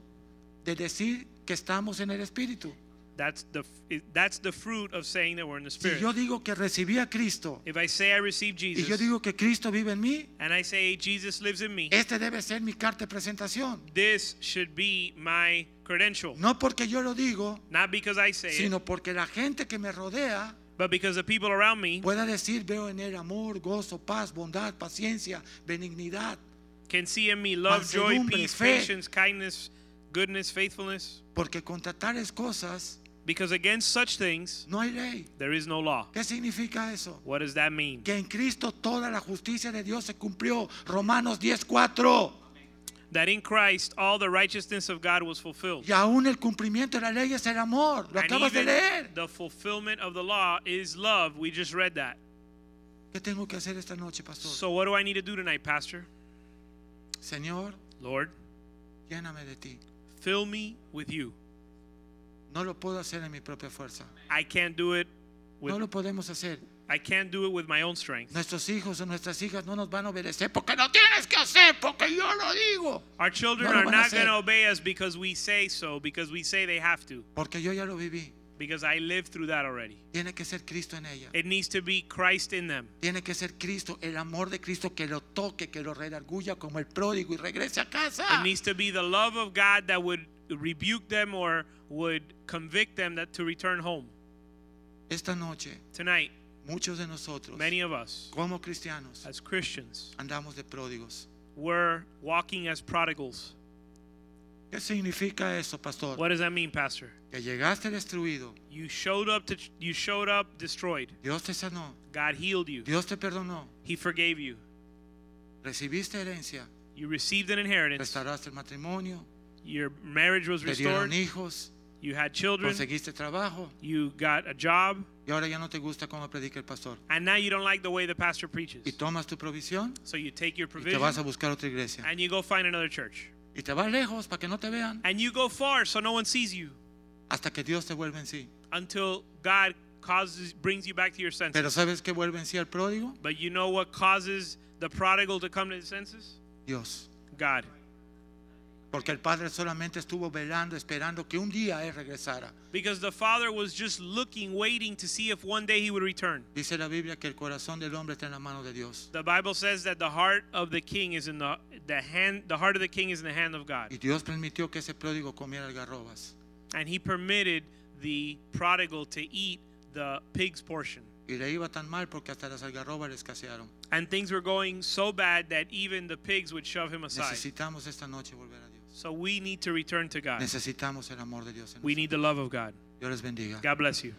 Speaker 3: de decir que estamos en el Espíritu.
Speaker 4: That's the it- that's the fruit of saying that we're in the
Speaker 3: Si
Speaker 4: spirit.
Speaker 3: yo digo que recibí a Cristo
Speaker 4: if I say I receive
Speaker 3: y yo
Speaker 4: Jesus
Speaker 3: digo que Cristo vive en mí,
Speaker 4: and I say Jesus lives in me,
Speaker 3: este debe ser mi carta de presentación.
Speaker 4: this should be my credential.
Speaker 3: No porque yo lo digo,
Speaker 4: Not because I say it,
Speaker 3: sino porque la gente que me rodea
Speaker 4: but because the people around me
Speaker 3: pueda decir, veo en él amor, gozo, paz, bondad, paciencia, benignidad.
Speaker 4: can see in me love, joy,
Speaker 3: Mansedumbre,
Speaker 4: peace,
Speaker 3: fe.
Speaker 4: patience, kindness, goodness, faithfulness.
Speaker 3: Porque contra tales cosas
Speaker 4: Because against such things
Speaker 3: no hay ley.
Speaker 4: there is no law.
Speaker 3: ¿Qué significa eso?
Speaker 4: What does that mean?
Speaker 3: Que en Cristo toda la justicia de Dios se cumplió. Romanos 10:4.
Speaker 4: That in Christ all the righteousness of God was fulfilled.
Speaker 3: Y aún el cumplimiento de la ley es el amor. Lo
Speaker 4: And
Speaker 3: acabas de
Speaker 4: even
Speaker 3: leer.
Speaker 4: the fulfillment of the law is love. We just read that.
Speaker 3: ¿Qué tengo que hacer esta noche, pastor?
Speaker 4: So what do I need to do tonight, Pastor?
Speaker 3: Señor,
Speaker 4: Lord,
Speaker 3: lléname de ti.
Speaker 4: fill me with you.
Speaker 3: No lo puedo hacer en mi propia fuerza.
Speaker 4: I can't do it with
Speaker 3: No lo podemos hacer.
Speaker 4: I can't do it with my own strength.
Speaker 3: Nuestros hijos o nuestras hijas no nos van a obedecer porque no tienes que hacer, porque yo lo digo.
Speaker 4: Our children
Speaker 3: No lo
Speaker 4: are
Speaker 3: van a
Speaker 4: not
Speaker 3: hacer.
Speaker 4: going to obey us because we say so, because we say they have to,
Speaker 3: Porque yo ya lo viví.
Speaker 4: because I lived through that already.
Speaker 3: Tiene que ser Cristo en ella.
Speaker 4: It needs to be Christ in them.
Speaker 3: Tiene que ser Cristo, el amor de Cristo que lo toque, que lo redarguya como el pródigo y regrese a casa.
Speaker 4: It needs to be the love of God that would rebuke them or would convict them that to return home.
Speaker 3: Esta noche,
Speaker 4: Tonight,
Speaker 3: muchos de nosotros,
Speaker 4: many of us
Speaker 3: como cristianos,
Speaker 4: as Christians
Speaker 3: andamos de pródigos.
Speaker 4: were walking as prodigals.
Speaker 3: ¿Qué significa eso, pastor?
Speaker 4: What does that mean, pastor?
Speaker 3: Que llegaste destruido,
Speaker 4: You showed up to you showed up destroyed.
Speaker 3: Dios te sanó,
Speaker 4: God healed you.
Speaker 3: Dios te perdonó,
Speaker 4: He forgave you.
Speaker 3: recibiste herencia,
Speaker 4: You received an inheritance.
Speaker 3: restauraste el matrimonio,
Speaker 4: Your marriage was
Speaker 3: te dieron
Speaker 4: restored.
Speaker 3: hijos,
Speaker 4: You had children,
Speaker 3: conseguiste trabajo
Speaker 4: you got a job,
Speaker 3: y ahora ya no te gusta cómo predica el pastor.
Speaker 4: and now you don't like the way the pastor
Speaker 3: Y
Speaker 4: preaches.
Speaker 3: tomas tu provisión
Speaker 4: So you take your
Speaker 3: y te vas a
Speaker 4: provision
Speaker 3: buscar otra iglesia.
Speaker 4: and you go find another church.
Speaker 3: Y te vas lejos para que no te vean
Speaker 4: And you go far so no one sees you
Speaker 3: hasta que Dios te vuelve en sí.
Speaker 4: until God causes brings you back to your senses.
Speaker 3: Pero ¿sabes qué vuelve en sí al pródigo?
Speaker 4: But you know what causes the prodigal to come to his senses?
Speaker 3: Dios.
Speaker 4: God.
Speaker 3: Porque el padre solamente estuvo velando, esperando que un día él regresara.
Speaker 4: Because the father was just looking, waiting to see if one day he would return.
Speaker 3: Dice la Biblia que el corazón del hombre está en la mano de Dios.
Speaker 4: The Bible says that the heart of the king is in the, the hand the heart of the king is in the hand of God.
Speaker 3: Y Dios permitió que ese pródigo comiera algarrobas.
Speaker 4: And he permitted the prodigal to eat the pig's portion.
Speaker 3: Y le iba tan mal porque hasta las algarrobas le escasearon.
Speaker 4: And things were going so bad that even the pigs would shove him aside.
Speaker 3: Necesitamos esta noche volver a Dios.
Speaker 4: So we need to return to God.
Speaker 3: Necesitamos el amor de Dios. En
Speaker 4: We need the love of God.
Speaker 3: nosotros. Dios les bendiga.
Speaker 4: God bless you.